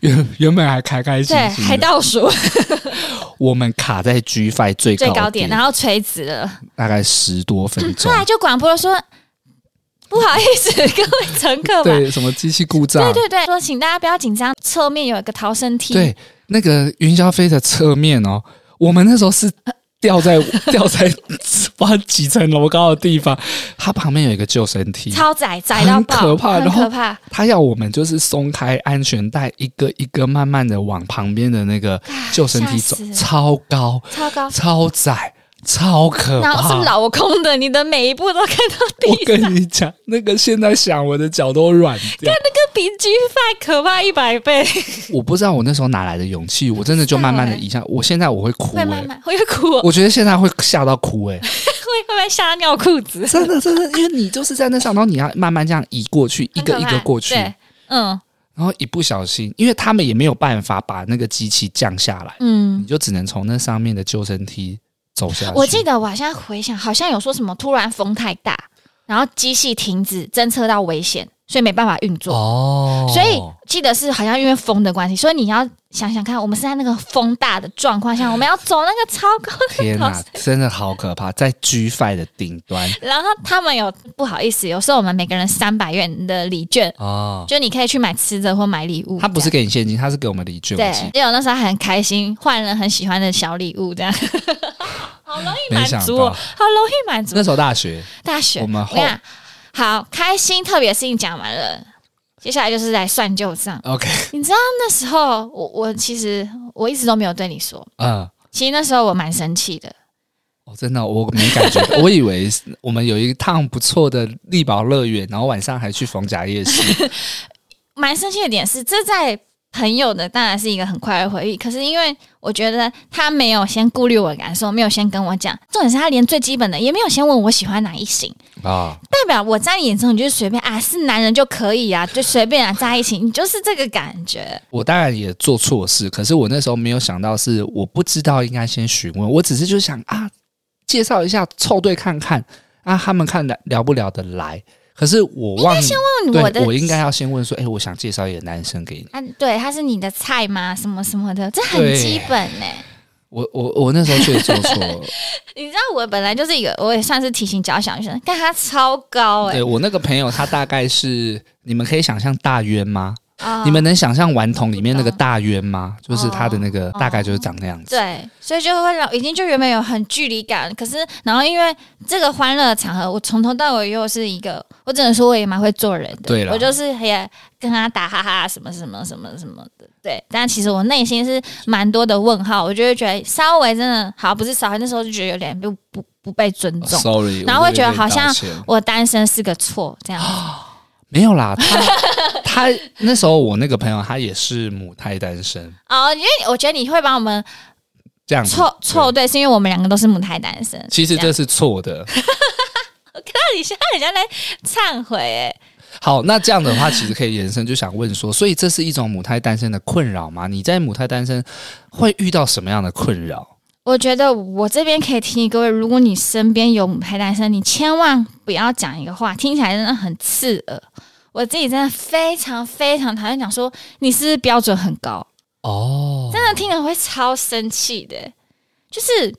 [SPEAKER 2] 原原本还开开心
[SPEAKER 1] 对，
[SPEAKER 2] 心
[SPEAKER 1] 还
[SPEAKER 2] 的，
[SPEAKER 1] 倒数
[SPEAKER 2] 我们卡在 G Five 最
[SPEAKER 1] 最高点，
[SPEAKER 2] 点，
[SPEAKER 1] 然后垂直了。
[SPEAKER 2] 大概十多分
[SPEAKER 1] 后
[SPEAKER 2] 钟。
[SPEAKER 1] 来就广播说：“不好意思， 各位乘客们。”
[SPEAKER 2] 对，什么机器故障啊
[SPEAKER 1] 对？对对，说请大家不要紧张，侧面有一个逃生梯，
[SPEAKER 2] 对，那个云霄飞的侧面哦，我们那时候是 掉在掉在不知道几层楼高的地方，它旁边有一个救生梯，
[SPEAKER 1] 超窄窄到
[SPEAKER 2] 很
[SPEAKER 1] 爆，
[SPEAKER 2] 可怕
[SPEAKER 1] 很
[SPEAKER 2] 然后
[SPEAKER 1] 可怕。
[SPEAKER 2] 它要我们就是松开安全带，一个一个慢慢的往旁边的那个救生梯走
[SPEAKER 1] 啊吓死，了
[SPEAKER 2] 超高、
[SPEAKER 1] 超高，
[SPEAKER 2] 超窄、超可
[SPEAKER 1] 然后是
[SPEAKER 2] 怕。
[SPEAKER 1] 镂空的，你的每一步都看到
[SPEAKER 2] 我
[SPEAKER 1] 地上，
[SPEAKER 2] 跟你讲，那个现在想我的脚都软 掉。
[SPEAKER 1] 那个比 G Five 可怕一百倍，
[SPEAKER 2] 我不知道我那时候哪来的勇气，我真的就慢慢的移下。我现在我会哭、
[SPEAKER 1] 会
[SPEAKER 2] 欸，
[SPEAKER 1] 慢慢会哭， 会
[SPEAKER 2] 我觉得现在会吓到哭、欸，
[SPEAKER 1] 会不会吓尿裤子？
[SPEAKER 2] 真的真的，因为你就是在那上，然后你要慢慢这样移过去，一
[SPEAKER 1] 很
[SPEAKER 2] 个
[SPEAKER 1] 可
[SPEAKER 2] 一
[SPEAKER 1] 怕
[SPEAKER 2] 个过去，
[SPEAKER 1] 对，嗯
[SPEAKER 2] 然后一不小心，因为他们也没有办法把那个机器降下来，你
[SPEAKER 1] 嗯。
[SPEAKER 2] 就只能从那上面的救生梯走下去。
[SPEAKER 1] 我记得我好像回想，好像有说什么突然风太大，然后机器停止侦测到危险，所以没办法运作。
[SPEAKER 2] 哦，
[SPEAKER 1] 所以记得是好像因为风的关系，所以你要想想看，我们是在那个风大的状况下，我们要走那个超高的
[SPEAKER 2] 天
[SPEAKER 1] 逃
[SPEAKER 2] 哪
[SPEAKER 1] 生，
[SPEAKER 2] 真的好可怕，在 G Five 的顶端
[SPEAKER 1] 然后他们有不好意思，有时候我们每个人三百元的礼券，
[SPEAKER 2] 哦，
[SPEAKER 1] 就你可以去买吃的或买礼物。
[SPEAKER 2] 他不
[SPEAKER 1] 这
[SPEAKER 2] 是
[SPEAKER 1] 样
[SPEAKER 2] 给你现金，他是给我们礼券。我记
[SPEAKER 1] 对，因哦为我那时候还很开心，换了很喜欢的小礼物，这 样好容易
[SPEAKER 2] 得没
[SPEAKER 1] 满
[SPEAKER 2] 想
[SPEAKER 1] 足我，
[SPEAKER 2] 到
[SPEAKER 1] 好容易满足
[SPEAKER 2] 那时候大学，
[SPEAKER 1] 大学。
[SPEAKER 2] 我们后
[SPEAKER 1] 跟你讲好开心，特别事情讲完了，接下来就是来算旧 账。
[SPEAKER 2] OK，
[SPEAKER 1] 你知道那时候我我其实我一直都没有对你说，
[SPEAKER 2] 嗯。
[SPEAKER 1] 其实那时候我蛮生气的，
[SPEAKER 2] 哦，真的哦、我没感觉到，我以为是我们有一趟不错的力宝乐园，然后晚上还去逢甲夜市，
[SPEAKER 1] 蛮生气的点是，这在朋友的当然是一个很快乐的回忆，可是因为我觉得他没有先顾虑我的感受，没有先跟我讲，重点是他连最基本的也没有先问我喜欢哪一型，
[SPEAKER 2] 啊，
[SPEAKER 1] 代表我在你眼中你就是随便啊，是男人就可以啊，就随便啊在一起，你就是这个感觉。
[SPEAKER 2] 我当然也做错事，可是我那时候没有想到是我不知道应该先询问，我只是就想啊，介绍一下凑对看看啊，他们看聊聊不聊得来。可是我忘了，
[SPEAKER 1] 问我的
[SPEAKER 2] 对，我应该要先问说，哎、我想介绍一个男生给你。
[SPEAKER 1] 啊，对，他是你的菜吗？什么什么的，这很
[SPEAKER 2] 对
[SPEAKER 1] 基本呢、
[SPEAKER 2] 我我我那时候确实做错 了，
[SPEAKER 1] 你知道我本来就是一个，我也算是体型较小的女生，但他超高哎、
[SPEAKER 2] 对我那个朋友他大概是你们可以想象大渊吗？
[SPEAKER 1] 啊
[SPEAKER 2] 你们能想象顽童里面那个
[SPEAKER 1] 我懂
[SPEAKER 2] 大渊吗？就是他的那个
[SPEAKER 1] 哦
[SPEAKER 2] 大概就是长那样子。
[SPEAKER 1] 对，所以就会让已经就原本有很距离感，可是然后因为这个欢乐的场合，我从头到尾又是一个，我只能说我也蛮会做人的，
[SPEAKER 2] 对啦
[SPEAKER 1] 我就是也跟他打哈哈什么什么什么什么的，对，但其实我内心是蛮多的问号，我就会觉得稍微真的好，不是稍微那时候就觉得有点不不不被尊重，
[SPEAKER 2] 哦 Sorry，
[SPEAKER 1] 然后
[SPEAKER 2] 我
[SPEAKER 1] 会觉得
[SPEAKER 2] 对你
[SPEAKER 1] 好像
[SPEAKER 2] 道歉
[SPEAKER 1] 我单身是个错这样子，
[SPEAKER 2] 哦没有 啦。他他那时候我那个朋友他也是母胎单身，
[SPEAKER 1] 哦，因为我觉得你会把我们
[SPEAKER 2] 这样子
[SPEAKER 1] 错
[SPEAKER 2] 对
[SPEAKER 1] 错对，是因为我们两个都是母胎单身，
[SPEAKER 2] 其实
[SPEAKER 1] 这
[SPEAKER 2] 这是错的。
[SPEAKER 1] 那你现在人家在忏悔哎、
[SPEAKER 2] 好，那这样的话，其实可以延伸，就想问说，所以这是一种母胎单身的困扰吗？你在母胎单身会遇到什么样的困扰？
[SPEAKER 1] 我觉得我这边可以提醒各位，如果你身边有母胎单身，你千万不要讲一个话，听起来真的很刺耳。我自己真的非常非常讨厌讲说你是不是标准很高，啊
[SPEAKER 2] 哦，
[SPEAKER 1] 真的听了会超生气的，就是嘖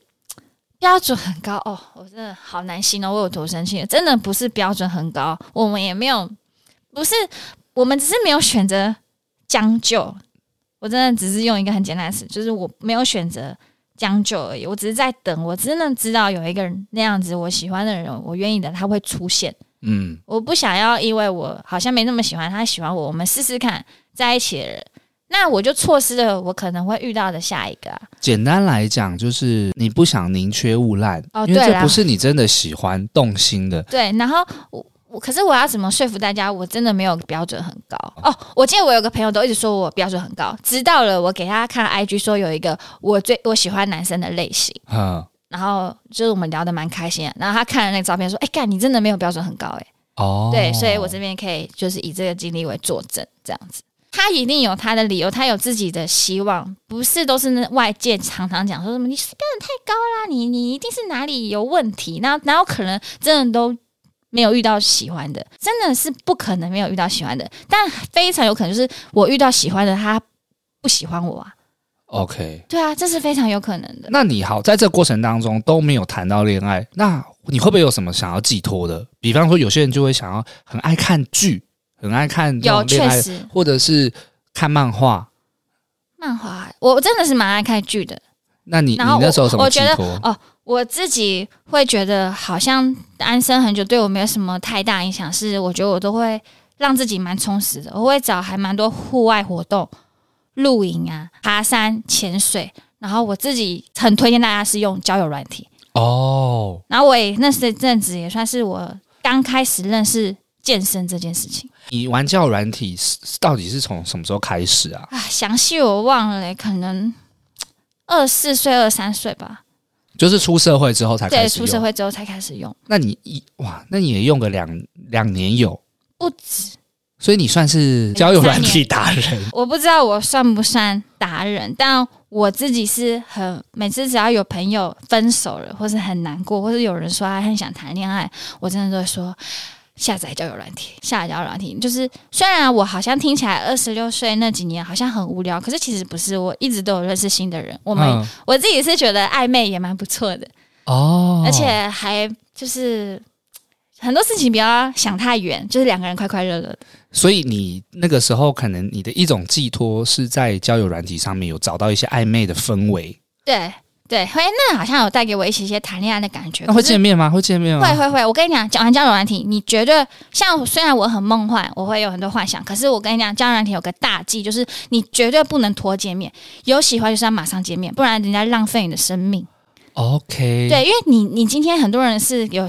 [SPEAKER 1] 标准很高哦，我真的好难形容我有多生气，真的不是标准很高，我们也没有，不是我们只是没有选择将就，我真的只是用一个很简单的词，就是我没有选择将就而已，我只是在等，我真的知道有一个人那样子我喜欢的人，我愿意的他会出现，
[SPEAKER 2] 嗯，
[SPEAKER 1] 我不想要，因为我好像没那么喜欢他，喜欢我，我们试试看在一起的人，那我就错失了我可能会遇到的下一个、啊。
[SPEAKER 2] 简单来讲就是你不想宁缺毋滥，
[SPEAKER 1] 哦
[SPEAKER 2] 因为
[SPEAKER 1] 对
[SPEAKER 2] 这
[SPEAKER 1] 啦
[SPEAKER 2] 不是你真的喜欢动心的。
[SPEAKER 1] 对，然后我我可是我要怎么说服大家？我真的没有标准很高哦。我记得我有个朋友都一直说我标准很高，直到了我给他看 IG 说有一个我最我喜欢男生的类型，
[SPEAKER 2] 嗯，
[SPEAKER 1] 然后就是我们聊得蛮开心的，然后他看了那个照片说：“哎、干，你真的没有标准很高哎、
[SPEAKER 2] 哦，
[SPEAKER 1] 对，所以我这边可以就是以这个经历为作证，这样子。他一定有他的理由，他有自己的希望，不是都是那外界常常讲说什么你是标准太高啦，你你一定是哪里有问题，那哪有可能真的都没有遇到喜欢的，真的是不可能没有遇到喜欢的，但非常有可能就是我遇到喜欢的他不喜欢我啊，
[SPEAKER 2] OK。
[SPEAKER 1] 对啊，这是非常有可能的。
[SPEAKER 2] 那你好，在这过程当中都没有谈到恋爱，那你会不会有什么想要寄托的？比方说，有些人就会想要很爱看剧，很爱看这
[SPEAKER 1] 有，
[SPEAKER 2] 种恋
[SPEAKER 1] 确
[SPEAKER 2] 爱，
[SPEAKER 1] 实，
[SPEAKER 2] 或者是看漫画。
[SPEAKER 1] 漫画，我我真的是蛮爱看剧的，
[SPEAKER 2] 那你你
[SPEAKER 1] 然后
[SPEAKER 2] 那时候有什
[SPEAKER 1] 我
[SPEAKER 2] 么
[SPEAKER 1] 我
[SPEAKER 2] 寄
[SPEAKER 1] 觉得哦
[SPEAKER 2] 托？
[SPEAKER 1] 我自己会觉得，好像单身很久对我没有什么太大影响，是我觉得我都会让自己蛮充实的，我会找还蛮多户外活动，露营啊、爬山、潜水，然后我自己很推荐大家是用交友软体，
[SPEAKER 2] 哦，
[SPEAKER 1] 然后我也那时阵子也算是我刚开始认识健身这件事情
[SPEAKER 2] 你玩交友软体是到底是从什么时候开始啊？
[SPEAKER 1] 啊，详细我忘了、可能二四岁、二三岁吧，
[SPEAKER 2] 就是出社会之后才
[SPEAKER 1] 对，
[SPEAKER 2] 开始
[SPEAKER 1] 出
[SPEAKER 2] 用
[SPEAKER 1] 社会之后才开始用，
[SPEAKER 2] 那你一哇，那你也用个两两年有，
[SPEAKER 1] 不止。
[SPEAKER 2] 所以你算是交友软体达人。
[SPEAKER 1] 我不知道我算不算达人，但我自己是很每次只要有朋友分手了，或是很难过，或是有人说他很想谈恋爱，我真的都会说下载交友软体，下载交友软体。就是虽然我好像听起来二十六岁那几年好像很无聊，可是其实不是，我一直都有认识新的人。我们、
[SPEAKER 2] 嗯
[SPEAKER 1] 我自己是觉得暧昧也蛮不错的，
[SPEAKER 2] 哦，
[SPEAKER 1] 而且还就是。很多事情不要想太远，就是两个人快快乐乐的。
[SPEAKER 2] 所以你那个时候可能你的一种寄托是在交友软体上面有找到一些暧昧的氛围。
[SPEAKER 1] 对对，会那好像有带给我一些些谈恋爱的感觉。
[SPEAKER 2] 那
[SPEAKER 1] 可
[SPEAKER 2] 会
[SPEAKER 1] 是
[SPEAKER 2] 见面吗？会见面吗？
[SPEAKER 1] 会会会，我跟你讲，讲完交友软体，你绝对像虽然我很梦幻，我会有很多幻想，可是我跟你讲，交友软体有个大忌，就是你绝对不能拖见面，有喜欢就是要马上见面，不然人家浪费你的生命。
[SPEAKER 2] OK，
[SPEAKER 1] 对，因为你你今天很多人是有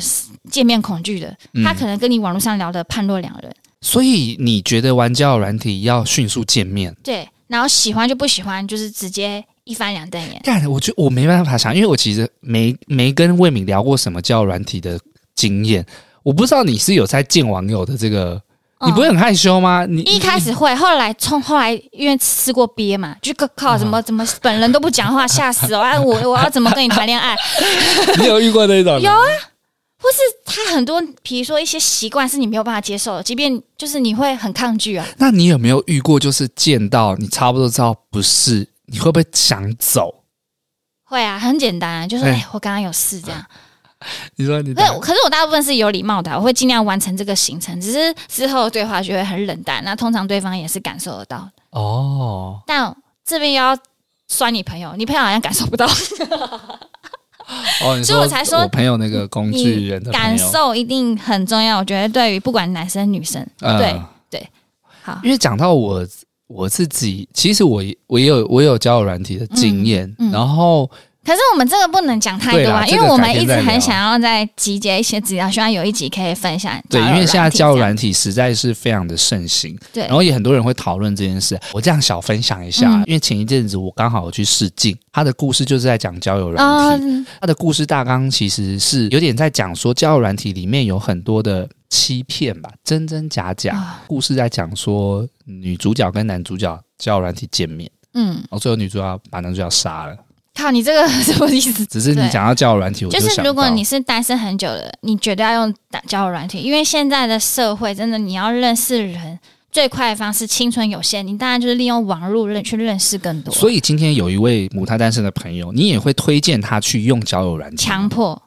[SPEAKER 1] 见面恐惧的，
[SPEAKER 2] 嗯
[SPEAKER 1] 他可能跟你网络上聊的判若两人。
[SPEAKER 2] 所以你觉得玩交友软体要迅速见面？
[SPEAKER 1] 对，然后喜欢就不喜欢，就是直接一翻两瞪眼。
[SPEAKER 2] 干，我觉我没办法想，因为我其实没没跟魏敏聊过什么交友软体的经验，我不知道你是有在见网友的这个，你不会
[SPEAKER 1] 嗯
[SPEAKER 2] 很害羞吗？你
[SPEAKER 1] 一开始会，后来冲，后来因为吃过鳖嘛，就靠怎么怎么本人都不讲话，吓死我！啊我我要怎么跟你谈恋爱？
[SPEAKER 2] 你 有遇过那种人
[SPEAKER 1] 有啊，或是他很多，比如说一些习惯是你没有办法接受的，即便就是你会很抗拒啊。
[SPEAKER 2] 那你有没有遇过，就是见到你差不多知道不是，你会不会想走？
[SPEAKER 1] 会啊，很简单啊，就是哎、
[SPEAKER 2] 哎
[SPEAKER 1] 我刚刚有事这样。
[SPEAKER 2] 你说你
[SPEAKER 1] 可
[SPEAKER 2] 打
[SPEAKER 1] 是，可是我大部分是有礼貌的啊，我会尽量完成这个行程，只是之后的对话就会很冷淡。那通常对方也是感受得到，
[SPEAKER 2] 哦，
[SPEAKER 1] 但这边又要酸你朋友，你朋友好像感受不到，
[SPEAKER 2] 哦，你
[SPEAKER 1] 所以我才说
[SPEAKER 2] 我朋友那个工具人的朋
[SPEAKER 1] 感
[SPEAKER 2] 友，
[SPEAKER 1] 受一定很重要。我觉得对于不管男生女生，
[SPEAKER 2] 嗯
[SPEAKER 1] 对对，好，
[SPEAKER 2] 因为讲到我我自己，其实我也我也有我也有交友软体的经验，
[SPEAKER 1] 嗯嗯
[SPEAKER 2] 然后
[SPEAKER 1] 可是我们这个不能讲太多啊，
[SPEAKER 2] 对啦
[SPEAKER 1] 因为
[SPEAKER 2] 这个
[SPEAKER 1] 我
[SPEAKER 2] 改
[SPEAKER 1] 们
[SPEAKER 2] 天
[SPEAKER 1] 一直
[SPEAKER 2] 再聊
[SPEAKER 1] 很想要再集结一些资料，希望有一集可以分享交
[SPEAKER 2] 对，
[SPEAKER 1] 友
[SPEAKER 2] 因
[SPEAKER 1] 软体这样。
[SPEAKER 2] 为现在交友软体实在是非常的盛行，
[SPEAKER 1] 对，
[SPEAKER 2] 然后也很多人会讨论这件事。我这样小分享一下，
[SPEAKER 1] 嗯
[SPEAKER 2] 因为前一阵子我刚好有去试镜，他的故事就是在讲交友软体，
[SPEAKER 1] 嗯
[SPEAKER 2] 他的故事大纲其实是有点在讲说交友软体里面有很多的欺骗吧，真真假假。
[SPEAKER 1] 啊
[SPEAKER 2] 故事在讲说女主角跟男主角交友软体见面，
[SPEAKER 1] 嗯，
[SPEAKER 2] 然后最后女主角把男主角杀了。
[SPEAKER 1] 靠，你这个什么意思？
[SPEAKER 2] 只是你
[SPEAKER 1] 对
[SPEAKER 2] 讲到交友软体，我
[SPEAKER 1] 就是
[SPEAKER 2] 想
[SPEAKER 1] 如果
[SPEAKER 2] 到
[SPEAKER 1] 你是单身很久的，你绝对要用打交友软体，因为现在的社会真的，你要认识人最快的方式，青春有限，你当然就是利用网络认去认识更多，
[SPEAKER 2] 所
[SPEAKER 1] 以
[SPEAKER 2] 以今天有一位母胎单身的朋友，你也会推荐他去用交友软体吗，
[SPEAKER 1] 强迫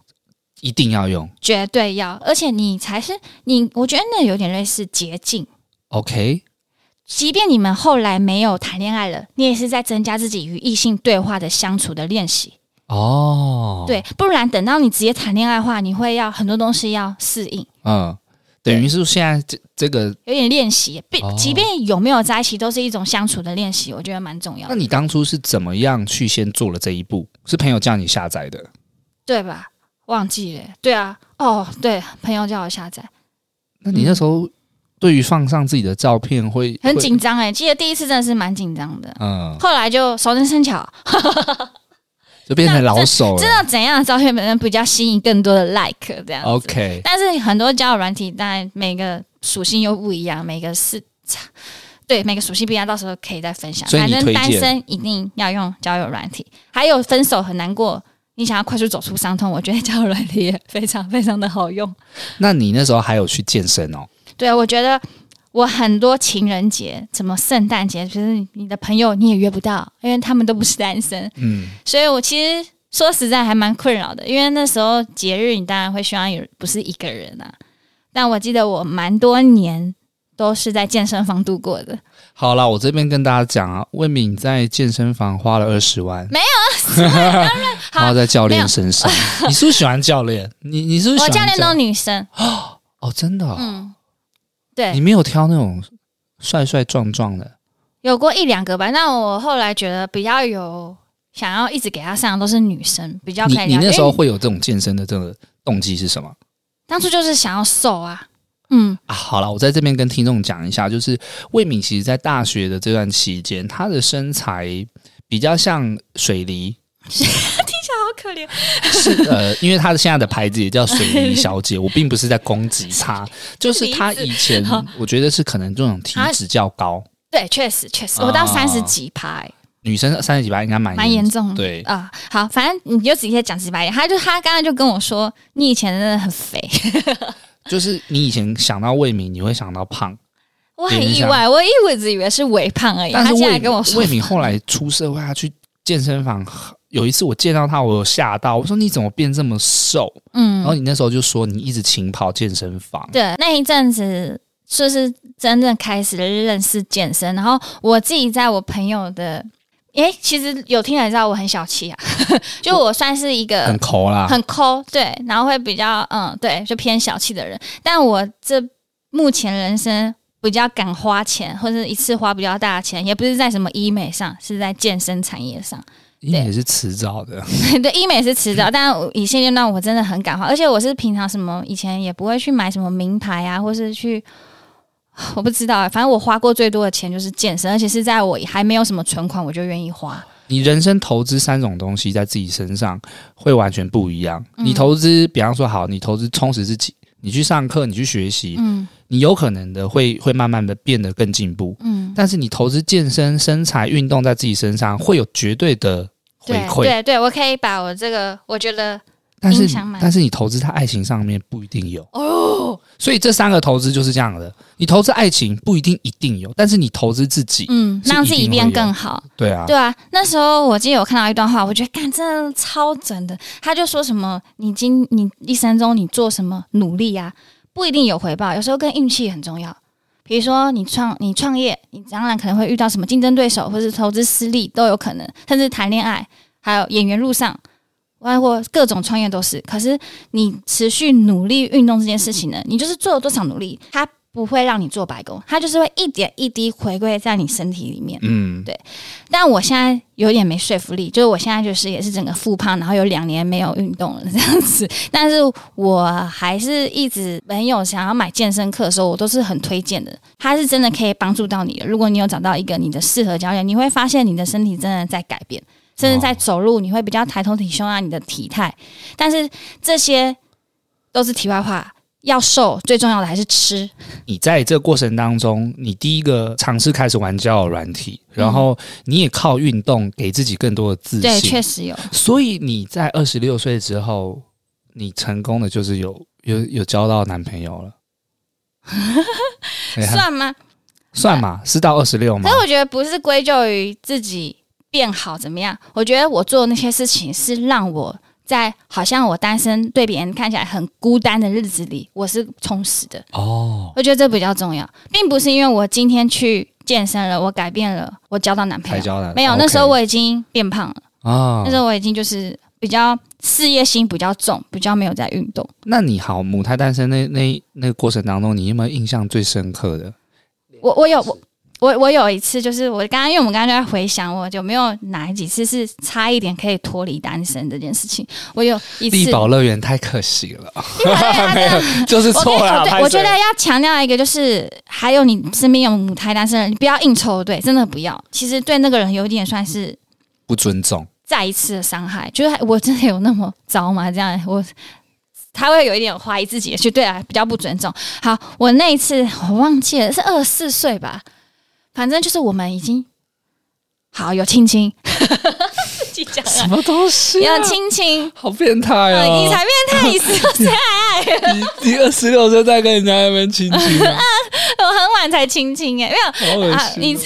[SPEAKER 2] 一定要用。
[SPEAKER 1] 绝对要，而且你才是你，我觉得那有点类似捷径。
[SPEAKER 2] OK，
[SPEAKER 1] 即便你们后来没有谈恋爱了，你也是在增加自己与异性对话的相处的练习。
[SPEAKER 2] 哦，，
[SPEAKER 1] 对，不然等到你直接谈恋爱的话，你会要很多东西要适应，
[SPEAKER 2] 嗯，等于是现在这这个，
[SPEAKER 1] 有点练习。并
[SPEAKER 2] 哦
[SPEAKER 1] 即便有没有在一起，都是一种相处的练习，我觉得蛮重要的，
[SPEAKER 2] 那你当初是怎么样去先做了这一步？是朋友叫你下载的？
[SPEAKER 1] 对吧？忘记了，对啊，哦，对，朋友叫我下载，
[SPEAKER 2] 那你那时候对于放上自己的照片会
[SPEAKER 1] 很，
[SPEAKER 2] 会
[SPEAKER 1] 紧张哎，记得第一次真的是蛮紧张的，
[SPEAKER 2] 嗯，
[SPEAKER 1] 后来就熟能生巧，
[SPEAKER 2] 就变成老手
[SPEAKER 1] 知
[SPEAKER 2] 了。
[SPEAKER 1] 道怎样的照片本身比较吸引更多的 like 这样子。
[SPEAKER 2] OK，
[SPEAKER 1] 但是很多交友软体，当然每个属性又不一样，每个是对每个属性不一样，到时候可以再分享。
[SPEAKER 2] 所以
[SPEAKER 1] 反
[SPEAKER 2] 你
[SPEAKER 1] 正
[SPEAKER 2] 推荐
[SPEAKER 1] 单身一定要用交友软体，还有分手很难过，你想要快速走出伤痛，我觉得交友软体也非常非常的好用。
[SPEAKER 2] 那你那时候还有去健身哦？
[SPEAKER 1] 对，啊我觉得我很多情人节、什么圣诞节，就是你的朋友你也约不到，因为他们都不是单身，
[SPEAKER 2] 嗯，
[SPEAKER 1] 所以我其实。说实在还蛮困扰的，因为那时候节日你当然会希望有不是一个人啊。但我记得我蛮多年都是在健身房度过的，
[SPEAKER 2] 好啦，我这边跟大家讲啊，魏敏在健身房花了二十万，
[SPEAKER 1] 没啊
[SPEAKER 2] 有，花在教练身上。 你是不是喜欢教练？你你是不是喜
[SPEAKER 1] 我
[SPEAKER 2] 欢
[SPEAKER 1] 教练都女生，
[SPEAKER 2] 哦，真的哦、
[SPEAKER 1] 嗯，
[SPEAKER 2] 你
[SPEAKER 1] 对，
[SPEAKER 2] 没有挑那种帅帅壮壮的
[SPEAKER 1] 有过一两个吧。那我后来觉得比较有想要一直给他上的都是女生，比较可以
[SPEAKER 2] 你
[SPEAKER 1] 了解。
[SPEAKER 2] 你那时候
[SPEAKER 1] 因为
[SPEAKER 2] 会有这种健身的这个动机是什么？
[SPEAKER 1] 当初就是想要瘦啊，嗯，
[SPEAKER 2] 啊，好了，我在这边跟听众讲一下，就是魏敏其实在大学的这段期间，她的身材比较像水梨，
[SPEAKER 1] 好可怜。
[SPEAKER 2] 是 呃，因为她现在的牌子也叫水梨小 姐，我并不是在攻击她，就是她以前
[SPEAKER 1] 好
[SPEAKER 2] 我觉得是可能这种体脂较高，
[SPEAKER 1] 对，确实确实，我到
[SPEAKER 2] 啊
[SPEAKER 1] 三十几欸排、
[SPEAKER 2] 女生三十几吧应该蛮
[SPEAKER 1] 蛮严重的。
[SPEAKER 2] 对
[SPEAKER 1] 啊、好，反正你就直接讲直白一点。他就他刚刚就跟我说，你以前真的很肥，
[SPEAKER 2] 就是你以前想到魏敏，你会想到胖，
[SPEAKER 1] 我很
[SPEAKER 2] 影
[SPEAKER 1] 意
[SPEAKER 2] 响
[SPEAKER 1] 外，我一直以为是微胖而已。
[SPEAKER 2] 但
[SPEAKER 1] 他
[SPEAKER 2] 是
[SPEAKER 1] 哎现
[SPEAKER 2] 魏
[SPEAKER 1] 在跟我说
[SPEAKER 2] 魏，敏后来出社会，她去健身房，有一次我见到她，我有吓到，我说你怎么变这么瘦？然后
[SPEAKER 1] 嗯，
[SPEAKER 2] 你那时候就说你一直勤跑健身房，
[SPEAKER 1] 对，那一阵子就是真正开始认识健身，然后我自己在我朋友的，诶，其实有听的人知道我很小气啊， 就我算是一个
[SPEAKER 2] 很抠啦。
[SPEAKER 1] 很抠，对，然后会比较嗯，对，就偏小气的人。但我这目前人生比较敢花钱，或者一次花比较大的钱，也不是在什么医美上，是在健身产业上。
[SPEAKER 2] 你也是迟早的，
[SPEAKER 1] 对，医美是迟早，但我以现阶段我真的很敢花，而且我是平常什么以前也不会去买什么名牌啊，或是去。我不知道、啊反正我花过最多的钱就是健身，而且是在我还没有什么存款我就愿意花。
[SPEAKER 2] 你人生投资三种东西在自己身上会完全不一样。
[SPEAKER 1] 嗯
[SPEAKER 2] 你投资，比方说好，你投资充实自己，你去上课，你去学习，
[SPEAKER 1] 嗯
[SPEAKER 2] 你有可能的会会慢慢的变得更进步。
[SPEAKER 1] 嗯，
[SPEAKER 2] 但是你投资健身、身材、运动在自己身上，会有绝对的回
[SPEAKER 1] 对
[SPEAKER 2] 馈。
[SPEAKER 1] 对对，我可以把我这个我觉得
[SPEAKER 2] 但是
[SPEAKER 1] 影响蛮
[SPEAKER 2] 但是你投资在爱情上面不一定有，
[SPEAKER 1] 哦，
[SPEAKER 2] 所以这三个投资就是这样的。你投资爱情不一定一定有，但是你投资自己，
[SPEAKER 1] 嗯，
[SPEAKER 2] 是
[SPEAKER 1] 让
[SPEAKER 2] 一
[SPEAKER 1] 自己
[SPEAKER 2] 定会
[SPEAKER 1] 变
[SPEAKER 2] 有
[SPEAKER 1] 更好。
[SPEAKER 2] 对啊，
[SPEAKER 1] 对啊，那时候我记得有看到一段话，我觉得干真的超准的。他就说什么，你今你一生中你做什么努力啊，不一定有回报，有时候跟运气很重要。比如说你创你创业，你当然可能会遇到什么竞争对手，或是投资失利都有可能，甚至谈恋爱，还有演员路上，包括各种创业都是。可是你持续努力运动这件事情呢，你就是做了多少努力，它不会让你做白工，它就是会一点一滴回归在你身体里面。
[SPEAKER 2] 嗯，
[SPEAKER 1] 但我现在有点没说服力，就是我现在就是也是整个复胖，然后有两年没有运动了这样子。但是我还是一直朋友想要买健身课的时候，我都是很推荐的，它是真的可以帮助到你的。如果你有找到一个你的适合教练，你会发现你的身体真的在改变，甚至在走路你会比较抬头挺胸啊，你的体态。但是这些都是题外话。要瘦，最重要的还是吃。
[SPEAKER 2] 你在这个过程当中，你第一个尝试开始玩交友软体，然后你也靠运动给自己更多的自
[SPEAKER 1] 嗯对，
[SPEAKER 2] 信
[SPEAKER 1] 确，实有。
[SPEAKER 2] 所以你在二十六岁之后，你成功的就是有有有交到男朋友 了，哎呀
[SPEAKER 1] 算吗？
[SPEAKER 2] 算嘛，是到二十六嘛
[SPEAKER 1] 可是，我觉得不是归咎于自己变好怎么样，我觉得我做的那些事情是让我在好像我单身对别人看起来很孤单的日子里，我是充实的。
[SPEAKER 2] 哦，
[SPEAKER 1] 我觉得这比较重要，并不是因为我今天去健身了，我改变了，我交到男朋
[SPEAKER 2] 才
[SPEAKER 1] 友。
[SPEAKER 2] 交男，
[SPEAKER 1] 没有，
[SPEAKER 2] OK
[SPEAKER 1] 那时候我已经变胖了，
[SPEAKER 2] 啊
[SPEAKER 1] 那，时候我已经就是比较事业心比较重，比较没有在运动。
[SPEAKER 2] 那你好，母胎单身那那那个过程当中，你有没有印象最深刻的？
[SPEAKER 1] 我我有我我我有一次，就是我刚刚因为我们刚刚就在回想，我有没有哪几次是差一点可以脱离单身这件事情？我有一次，哎
[SPEAKER 2] 力宝乐园太可惜了，
[SPEAKER 1] 没有。
[SPEAKER 2] 就是
[SPEAKER 1] 啊我跟
[SPEAKER 2] 错了。啊
[SPEAKER 1] 我对
[SPEAKER 2] 拍
[SPEAKER 1] 我觉
[SPEAKER 2] 谁
[SPEAKER 1] 得要强调一个，就是还有你身边有母胎单身的人，你不要应酬，对，真的不要。其实对那个人有一点算是
[SPEAKER 2] 不尊重，
[SPEAKER 1] 再一次的伤害，就是我真的有那么糟吗？这样我他会有一点怀疑自己，就对啊，比较不尊重。好，我那一次我忘记了是二十四岁吧，反正就是我们已经好有亲亲，自己讲
[SPEAKER 2] 什
[SPEAKER 1] 了
[SPEAKER 2] 么东西、啊
[SPEAKER 1] 有？亲亲，
[SPEAKER 2] 好变态
[SPEAKER 1] 嗯、
[SPEAKER 2] 哦！
[SPEAKER 1] 你才变态，你是谁爱爱？
[SPEAKER 2] 你你二十六岁在跟人家那边亲亲、 啊，
[SPEAKER 1] 我很晚才亲亲哎，没有。
[SPEAKER 2] 好恶
[SPEAKER 1] 啊，
[SPEAKER 2] 心
[SPEAKER 1] 你
[SPEAKER 2] 哦、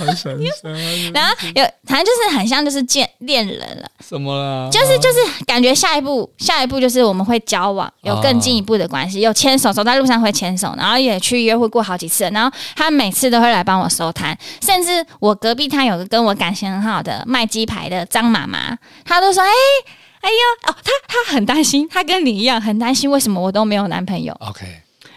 [SPEAKER 2] 好想生啊
[SPEAKER 1] 然后有，反正就是很像就是见恋人了，
[SPEAKER 2] 什么啦？
[SPEAKER 1] 就是就是感觉下一步下一步就是我们会交往，有更进一步的关系，有牵手，走在路上会牵手，然后也去约会过好几次，然后他每次都会来帮我收摊，甚至我隔壁摊有个跟我感情很好的卖鸡排的张妈妈，她都说哎。哎呦，哦，她她很担心，她跟你一样很担心，为什么我都没有男朋友？
[SPEAKER 2] OK，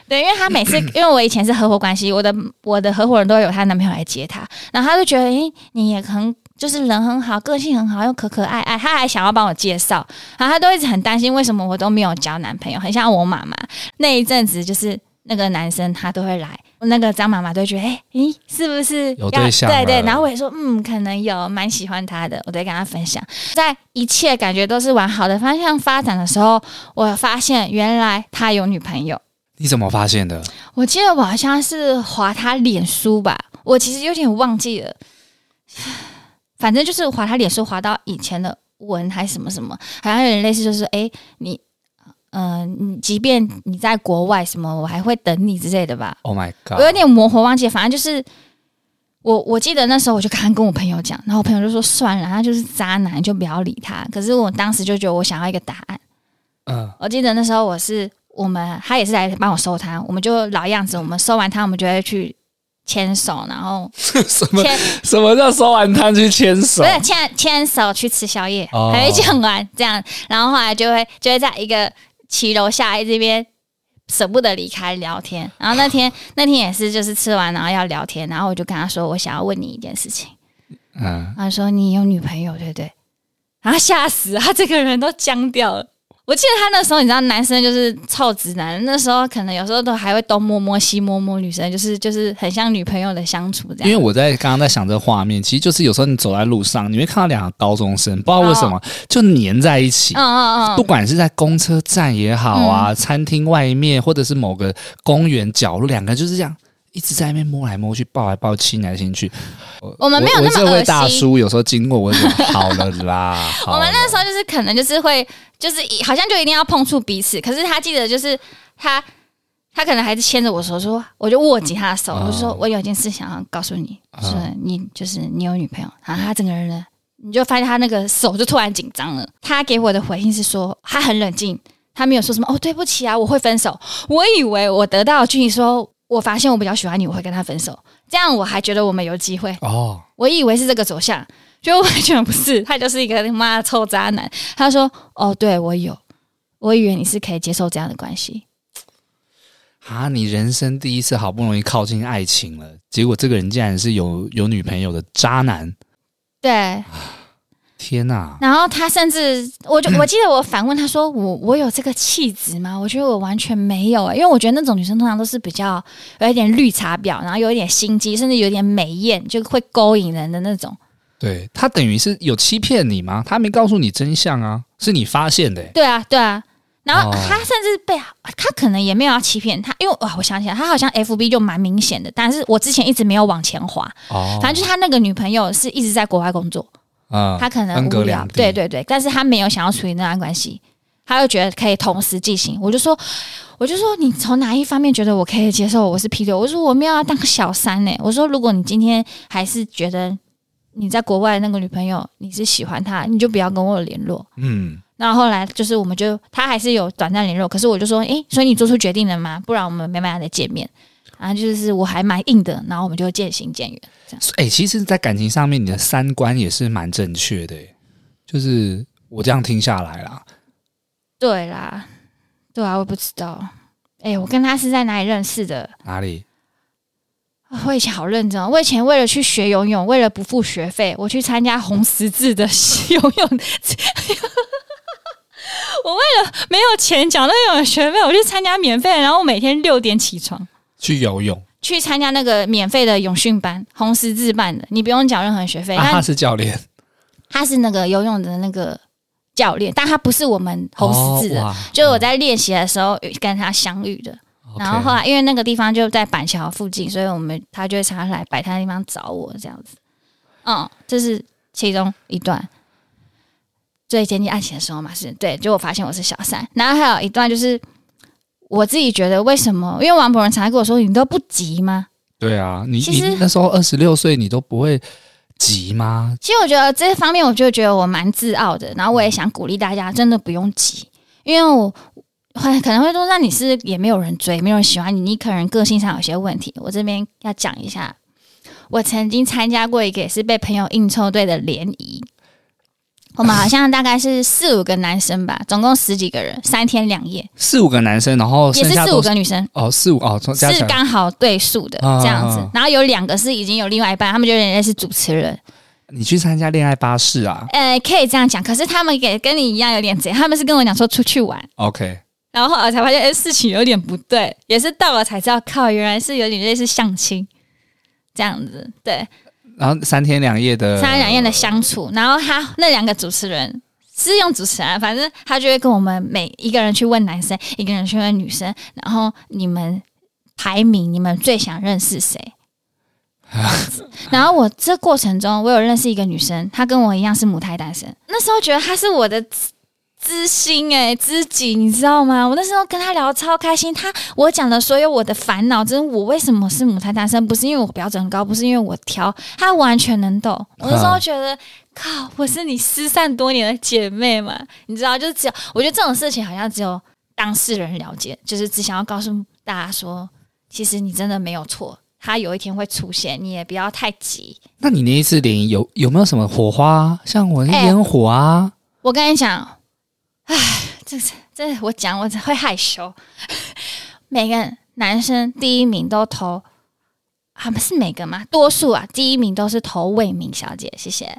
[SPEAKER 1] 对，因为她 每次，因为我以前是合伙关系，我的我的合伙人都有她男朋友来接她，然后她就觉得，诶、你也很就是人很好，个性很好，又可可爱爱，她还想要帮我介绍，然后她都一直很担心为什么我都没有交男朋友，很像我妈妈那一阵子，就是那个男生他都会来，那个张妈妈都会觉得，诶、咦，是不是
[SPEAKER 2] 有
[SPEAKER 1] 要
[SPEAKER 2] 对象
[SPEAKER 1] 对对，
[SPEAKER 2] 了
[SPEAKER 1] 然后我也说，嗯，可能有，蛮喜欢他的，我在跟他分享，在一切感觉都是往好的方向发展的时候，我发现原来他有女朋友。
[SPEAKER 2] 你怎么发现的？
[SPEAKER 1] 我记得我好像是划他脸书吧，我其实有点忘记了， 反正就是划他脸书，划到以前的文还是什么什么，好像有点类似，就是诶，你，呃，你即便你在国外什么，我还会等你之类的吧，
[SPEAKER 2] Oh my
[SPEAKER 1] 我有
[SPEAKER 2] god！
[SPEAKER 1] 点模糊忘记了，反正就是我我记得那时候我就刚跟我朋友讲，然后我朋友就说算了，他就是渣男，就不要理他。可是我当时就觉得我想要一个答案。
[SPEAKER 2] 嗯，
[SPEAKER 1] 我记得那时候我是我们他也是来帮我收摊，我们就老样子，我们收完摊我们就会去牵手，然后
[SPEAKER 2] 什么
[SPEAKER 1] 牵
[SPEAKER 2] 什么叫收完摊去牵手
[SPEAKER 1] 不？是牵牵手去吃宵夜，
[SPEAKER 2] 哦
[SPEAKER 1] 还会讲完这样，然后后来就会就会在一个骑楼下这边。舍不得离开聊天，然后那天那天也是就是吃完然后要聊天，然后我就跟他说我想要问你一件事情，
[SPEAKER 2] 嗯，
[SPEAKER 1] 他说你有女朋友对不对？然后啊吓死了他这个人都僵掉了。我记得他那时候，你知道，男生就是臭直男，那时候可能有时候都还会东摸摸西摸摸女生，就是就是很像女朋友的相处这
[SPEAKER 2] 因为
[SPEAKER 1] 样。
[SPEAKER 2] 我在刚刚在想这个画面，其实就是有时候你走在路上，你会看到两个高中生，不知道为什么、
[SPEAKER 1] 哦
[SPEAKER 2] 就黏在一起。
[SPEAKER 1] 嗯嗯
[SPEAKER 2] 不
[SPEAKER 1] 嗯，
[SPEAKER 2] 管是在公车站也好啊，餐厅外面，或者是某个公园角落，两个就是这样一直在那边摸来摸去，抱来抱去，亲来亲去。
[SPEAKER 1] 我们没有那
[SPEAKER 2] 我
[SPEAKER 1] 么
[SPEAKER 2] 这
[SPEAKER 1] 恶
[SPEAKER 2] 位大
[SPEAKER 1] 心。
[SPEAKER 2] 叔有时候经过，我就说好了啦。
[SPEAKER 1] 我们那时候
[SPEAKER 2] 候
[SPEAKER 1] 就是可能就是会就是一好像就一定要碰触彼此。可是他记得就是他，他可能还是牵着我手说，我就握紧他的手，
[SPEAKER 2] 嗯
[SPEAKER 1] 我就说我有一件事想要告诉你，
[SPEAKER 2] 嗯
[SPEAKER 1] 说你就是你有女朋友。然后他整个人呢，你就发现他那个手就突然紧张了。他给我的回应是说，他很冷静，他没有说什么哦，对不起啊，我会分手。我以为我得到的讯息说，我发现我比较喜欢你，我会跟他分手，这样我还觉得我们有机会。
[SPEAKER 2] 哦，
[SPEAKER 1] 我以为是这个走向，就完全不是，他就是一个妈的臭渣男。他说：“哦，对我有，我以为你是可以接受这样的关系。
[SPEAKER 2] 啊，你人生第一次好不容易靠近爱情了，结果这个人竟然是有有女朋友的渣男，”
[SPEAKER 1] 对，
[SPEAKER 2] 天哪、
[SPEAKER 1] 然后他甚至，我就我记得我反问他说：“我我有这个气质吗？”我觉得我完全没有、欸，因为我觉得那种女生通常都是比较有一点绿茶婊，然后有一点心机，甚至有一点美艳，就会勾引人的那种。
[SPEAKER 2] 对他等于是有欺骗你吗？他没告诉你真相啊，是你发现的欸、
[SPEAKER 1] 对啊，对啊。然后
[SPEAKER 2] 哦
[SPEAKER 1] 他甚至被、他可能也没有要欺骗他，因为哇，我想起来，他好像 F B 就蛮明显的，但是我之前一直没有往前滑，
[SPEAKER 2] 哦
[SPEAKER 1] 反正就是他那个女朋友是一直在国外工作，
[SPEAKER 2] 啊
[SPEAKER 1] 他可能
[SPEAKER 2] 恩
[SPEAKER 1] 无
[SPEAKER 2] 格
[SPEAKER 1] 聊
[SPEAKER 2] 两，地
[SPEAKER 1] 对对对，但是他没有想要处理那段关系，他就觉得可以同时进行。我就说，我就说你从哪一方面觉得我可以接受我是劈腿？我说我没有要当小三呢、欸我说如果你今天还是觉得你在国外那个女朋友你是喜欢她，你就不要跟我联络。
[SPEAKER 2] 嗯，
[SPEAKER 1] 那后来就是，我们就他还是有短暂联络，可是我就说，诶，所以你做出决定了吗？不然我们没办法再见面。然后就是我还蛮硬的，然后我们就渐行渐远。
[SPEAKER 2] 哎、其实，在感情上面，你的三观也是蛮正确的欸、就是我这样听下来啦，
[SPEAKER 1] 对啦，对啊，我不知道。诶，我跟他是在哪里认识的？
[SPEAKER 2] 哪里？
[SPEAKER 1] 啊我以前好认真、哦，我以前为了去学游泳，为了不付学费，我去参加红十字的 游泳。我为了没有钱缴那游泳学费，我去参加免费的，然后我每天六点起床。
[SPEAKER 2] 去游泳
[SPEAKER 1] 去参加那个免费的泳训班，红十字办的，你不用缴任何学费。
[SPEAKER 2] 啊，
[SPEAKER 1] 但
[SPEAKER 2] 他是教练，
[SPEAKER 1] 他是那个游泳的那个教练，但他不是我们红十字的。
[SPEAKER 2] 哦哇哦
[SPEAKER 1] 就是我在练习的时候跟他相遇的，
[SPEAKER 2] OK
[SPEAKER 1] 然后后来因为那个地方就在板桥附近，所以我们他就会常常来摆摊的地方找我这样子。嗯，这是其中一段最接近爱情的时候嘛，是对。就我发现我是小三，然后还有一段就是我自己觉得为什么，因为王博仁常常跟我说：“你都不急吗？”
[SPEAKER 2] 对啊，你
[SPEAKER 1] 其实
[SPEAKER 2] 你那时候二十六岁，你都不会急吗？
[SPEAKER 1] 其实我觉得这方面，我就觉得我蛮自傲的。然后我也想鼓励大家，真的不用急，因为我会可能会说，那你是也没有人追，没有人喜欢你，你可能个性上有些问题。我这边要讲一下，我曾经参加过一个也是被朋友硬凑对的联谊，我们好像大概是四五个男生吧，总共十几个人，三天两夜，
[SPEAKER 2] 四五个男生，然后
[SPEAKER 1] 也
[SPEAKER 2] 剩
[SPEAKER 1] 是
[SPEAKER 2] 下
[SPEAKER 1] 四五
[SPEAKER 2] 都是
[SPEAKER 1] 个女生。
[SPEAKER 2] 哦，四五哦，从加起
[SPEAKER 1] 是
[SPEAKER 2] 来
[SPEAKER 1] 刚好对数的
[SPEAKER 2] 啊
[SPEAKER 1] 这样子
[SPEAKER 2] 啊，
[SPEAKER 1] 然后有两个是已经有另外一半，他们就有点类似主持人，
[SPEAKER 2] 你去参加恋爱巴士啊
[SPEAKER 1] 呃，可以这样讲，可是他们也跟你一样有点贼，他们是跟我讲说出去玩，
[SPEAKER 2] ？OK，
[SPEAKER 1] 然后后来才发现，哎、事情有点不对，也是到了才知道，靠，原来是有点类似相亲这样子，对，
[SPEAKER 2] 然后三天两夜的
[SPEAKER 1] 三天两夜的相处，然后他那两个主持人。是用主持人啊，反正他就会跟我们每一个人去问男生，一个人去问女生，然后你们排名，你们最想认识谁？然后我这过程中，我有认识一个女生，她跟我一样是母胎单身。那时候觉得她是我的知知心哎、知己，你知道吗？我那时候跟她聊得超开心，她我讲了所有我的烦恼，真是我为什么是母胎单身，不是因为我标准高，不是因为我挑，她完全能懂。我那时候觉得。靠！我是你失散多年的姐妹嘛，你知道，就是只有我觉得这种事情好像只有当事人了解，就是只想要告诉大家说，其实你真的没有错，他有一天会出现，你也不要太急。
[SPEAKER 2] 那你那一次联谊有有没有什么火花、啊？像我是
[SPEAKER 1] 哎
[SPEAKER 2] 烟火啊，
[SPEAKER 1] 我跟你讲，唉，这这我讲我会害羞。 每个男生第一名都投，啊不是每个吗？多数啊，第一名都是投魏明小姐，谢谢。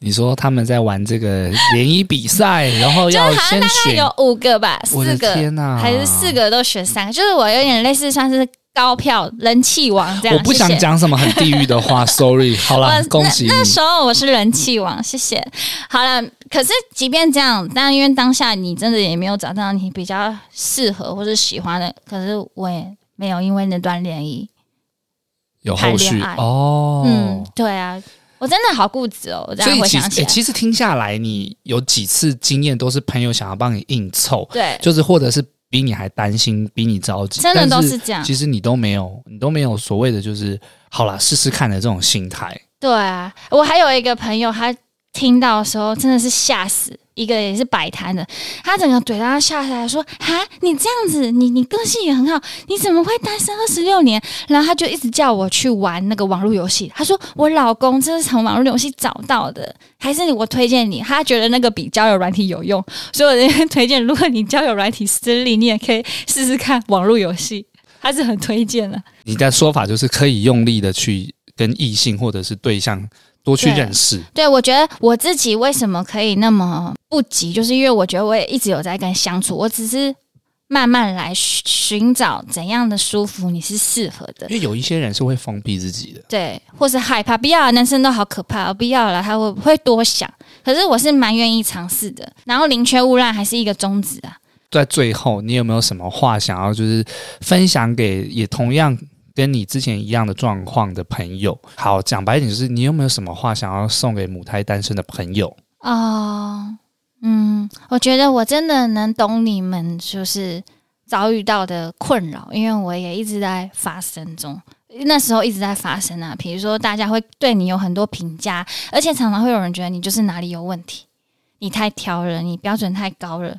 [SPEAKER 2] 你说他们在玩这个联谊比赛，然后要先
[SPEAKER 1] 那
[SPEAKER 2] 选
[SPEAKER 1] 有，五个吧，
[SPEAKER 2] 我
[SPEAKER 1] 四
[SPEAKER 2] 的
[SPEAKER 1] 个
[SPEAKER 2] 天哪、
[SPEAKER 1] 还是四。个都选三个，就是我有点类似算是高票人气王这样。
[SPEAKER 2] 我不想
[SPEAKER 1] 谢谢
[SPEAKER 2] 讲什么很地狱的 话，sorry。好啦
[SPEAKER 1] 我，
[SPEAKER 2] 恭喜你
[SPEAKER 1] 那。那时候我是人气
[SPEAKER 2] 嗯
[SPEAKER 1] 王，谢谢。好了，可是即便这样，但因为当下你真的也没有找到你比较适合或是喜欢的，可是我也没有因为那段联谊
[SPEAKER 2] 有后续
[SPEAKER 1] 谈恋爱
[SPEAKER 2] 哦。
[SPEAKER 1] 嗯，对啊，我真的好固执哦，我这
[SPEAKER 2] 所
[SPEAKER 1] 样
[SPEAKER 2] 以
[SPEAKER 1] 回
[SPEAKER 2] 其实、
[SPEAKER 1] 想起
[SPEAKER 2] 诶
[SPEAKER 1] 来，
[SPEAKER 2] 其实听下来，你有几次经验都是朋友想要帮你硬凑，
[SPEAKER 1] 对，
[SPEAKER 2] 就是或者是比你还担心，比你着急，
[SPEAKER 1] 真的
[SPEAKER 2] 但
[SPEAKER 1] 都
[SPEAKER 2] 是
[SPEAKER 1] 是这样。
[SPEAKER 2] 其实你都没有，你都没有所谓的就是好啦，试试看的这种心态。
[SPEAKER 1] 对啊，我还有一个朋友，他听到的时候真的是吓死，一个也是摆摊的，他整个怼到他吓下来说：“哈，你这样子，你你个性也很好，你怎么会单身二十六年？”然后他就一直叫我去玩那个网络游戏，他说：“我老公这是从网络游戏找到的，还是我推荐你？他觉得那个比交友软体有用，所以我这边推荐，如果你交友软体失利，你也可以试试看网络游戏，他是很推荐的。
[SPEAKER 2] 你的说法就是可以用力的去跟异性或者是对象多去
[SPEAKER 1] 对
[SPEAKER 2] 认识，
[SPEAKER 1] 对，我觉得我自己为什么可以那么不急，就是因为我觉得我也一直有在跟相处，我只是慢慢来寻寻找怎样的舒服你是适合的
[SPEAKER 2] 因，为有一些人是会封闭自己的。
[SPEAKER 1] 对，或是害怕，不要啊男生都好可怕，不要了，他会会多想。可是我是蛮愿意尝试的，然后宁缺毋滥还是一个宗旨啊。
[SPEAKER 2] 在最后，你有没有什么话想要就是分享给也同样跟你之前一样的状况的朋友？好，讲白一点，就是你有没有什么话想要送给母胎单身的朋友？
[SPEAKER 1] 哦，嗯，我觉得我真的能懂你们就是遭遇到的困扰，因为我也一直在发生中。那时候一直在发生啊，比如说大家会对你有很多评价，而且常常会有人觉得你就是哪里有问题，你太挑了，你标准太高了，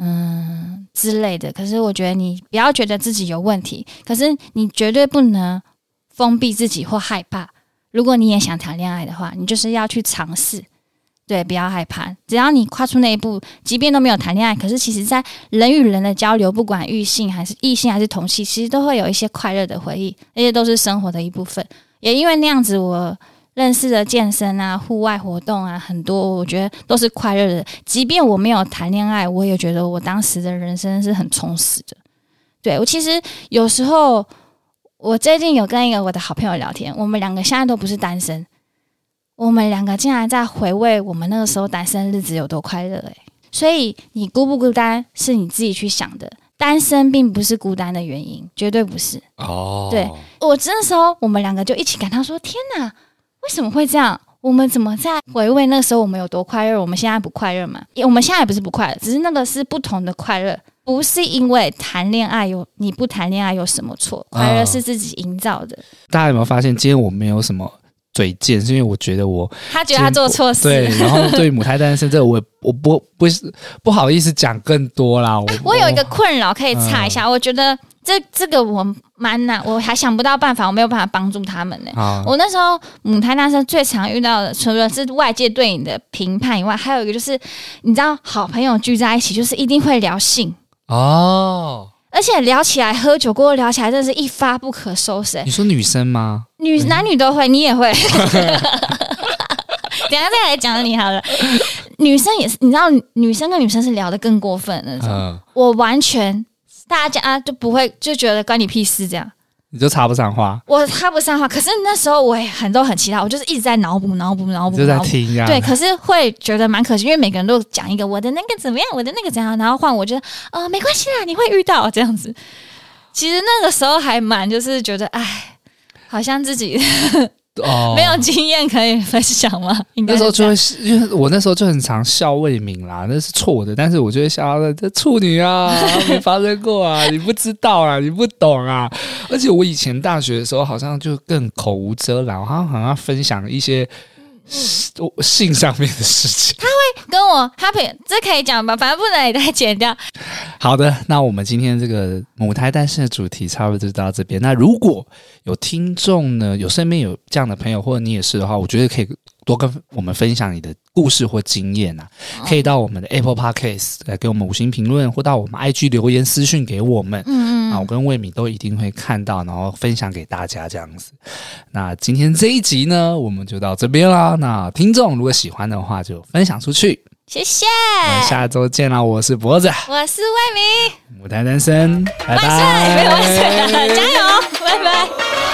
[SPEAKER 1] 嗯之类的。可是我觉得你不要觉得自己有问题，可是你绝对不能封闭自己或害怕。如果你也想谈恋爱的话，你就是要去尝试，对，不要害怕，只要你跨出那一步，即便都没有谈恋爱，可是其实在人与人的交流，不管异性还是异性还是同性，其实都会有一些快乐的回忆，那些都是生活的一部分。也因为那样子，我认识的健身啊、户外活动啊，很多我觉得都是快乐的。即便我没有谈恋爱，我也觉得我当时的人生是很充实的。对我其实有时候，我最近有跟一个我的好朋友聊天，我们两个现在都不是单身，我们两个竟然在回味我们那个时候单身日子有多快乐诶、欸所以你孤不孤单是你自己去想的，单身并不是孤单的原因，绝对不是。
[SPEAKER 2] 哦
[SPEAKER 1] 对我那时候我们两个就一起感叹说：“天哪，为什么会这样？我们怎么在回味那时候我们有多快乐？我们现在不快乐嘛？也我们现在也不是不快乐，只是那个是不同的快乐，不是因为谈恋爱有你不谈恋爱有什么错？快乐是自己营造的。
[SPEAKER 2] 大家有没有发现，今天我没有什么嘴贱，是因为我觉得我
[SPEAKER 1] 他觉得他做错事
[SPEAKER 2] 对
[SPEAKER 1] 了，。
[SPEAKER 2] 然后对于母胎单身这个我也我不不是不好意思讲更多啦。我
[SPEAKER 1] 我有一个困扰可以查一下，我觉得这这个我蛮难，我还想不到办法，我没有办法帮助他们呢、
[SPEAKER 2] 啊，
[SPEAKER 1] 我那时候母胎单身最常遇到的，除了是外界对你的评判以外，还有一个就是，你知道，好朋友聚在一起，就是一定会聊性，
[SPEAKER 2] 哦，
[SPEAKER 1] 而且聊起来喝酒过后聊起来，真的是一发不可收拾、欸
[SPEAKER 2] 你说女生吗？
[SPEAKER 1] 女男女都会，你也会。 等一下再来讲你好了，女生也是，你知道，女生跟女生是聊得更过分的那种。
[SPEAKER 2] 嗯，
[SPEAKER 1] 我完全大家啊就不会就觉得关你屁事这样。
[SPEAKER 2] 你就插不上话，
[SPEAKER 1] 我插不上话，可是那时候我也很都很期待，我就是一直在脑补、脑补、脑补、
[SPEAKER 2] 你就在
[SPEAKER 1] 脑补。
[SPEAKER 2] 听啊呀。
[SPEAKER 1] 对，可是会觉得蛮可惜，因为每个人都讲一个我的那个怎么样，我的那个怎样，然后换我觉得呃没关系啦，你会遇到这样子。其实那个时候还蛮就是觉得哎，好像自己
[SPEAKER 2] 哦
[SPEAKER 1] 没有经验可以分享嘛，应该是
[SPEAKER 2] 那时候就
[SPEAKER 1] 这
[SPEAKER 2] 会
[SPEAKER 1] 样，
[SPEAKER 2] 因为我那时候就很常笑魏敏啦，那是错的，但是我就会笑她这处女啊，没发生过啊， 你不知道啊，你不懂啊。而且我以前大学的时候，好像就更口无遮拦，我好像好像分享一些
[SPEAKER 1] 嗯
[SPEAKER 2] 我性上面的事情。
[SPEAKER 1] 跟我他朋友这可以讲吧，反正不能也再剪掉。
[SPEAKER 2] 好的，那我们今天这个母胎单身的主题差不多就到这边。那如果有听众呢，有身边有这样的朋友，或者你也是的话，我觉得可以多跟我们分享你的故事或经验啊，可以到我们的 Apple Podcast 来给我们五星评论，或到我们 IG 留言私讯给我们。
[SPEAKER 1] 嗯嗯
[SPEAKER 2] 啊，我跟魏敏都一定会看到，然后分享给大家这样子。那今天这一集呢，我们就到这边啦。那听众如果喜欢的话，就分享出去。
[SPEAKER 1] 谢谢，
[SPEAKER 2] 我
[SPEAKER 1] 哎
[SPEAKER 2] 们下周见啦！我是脖子，
[SPEAKER 1] 我是魏明。
[SPEAKER 2] 牡丹单身，拜拜，
[SPEAKER 1] 万岁，没有万岁，加油，拜拜。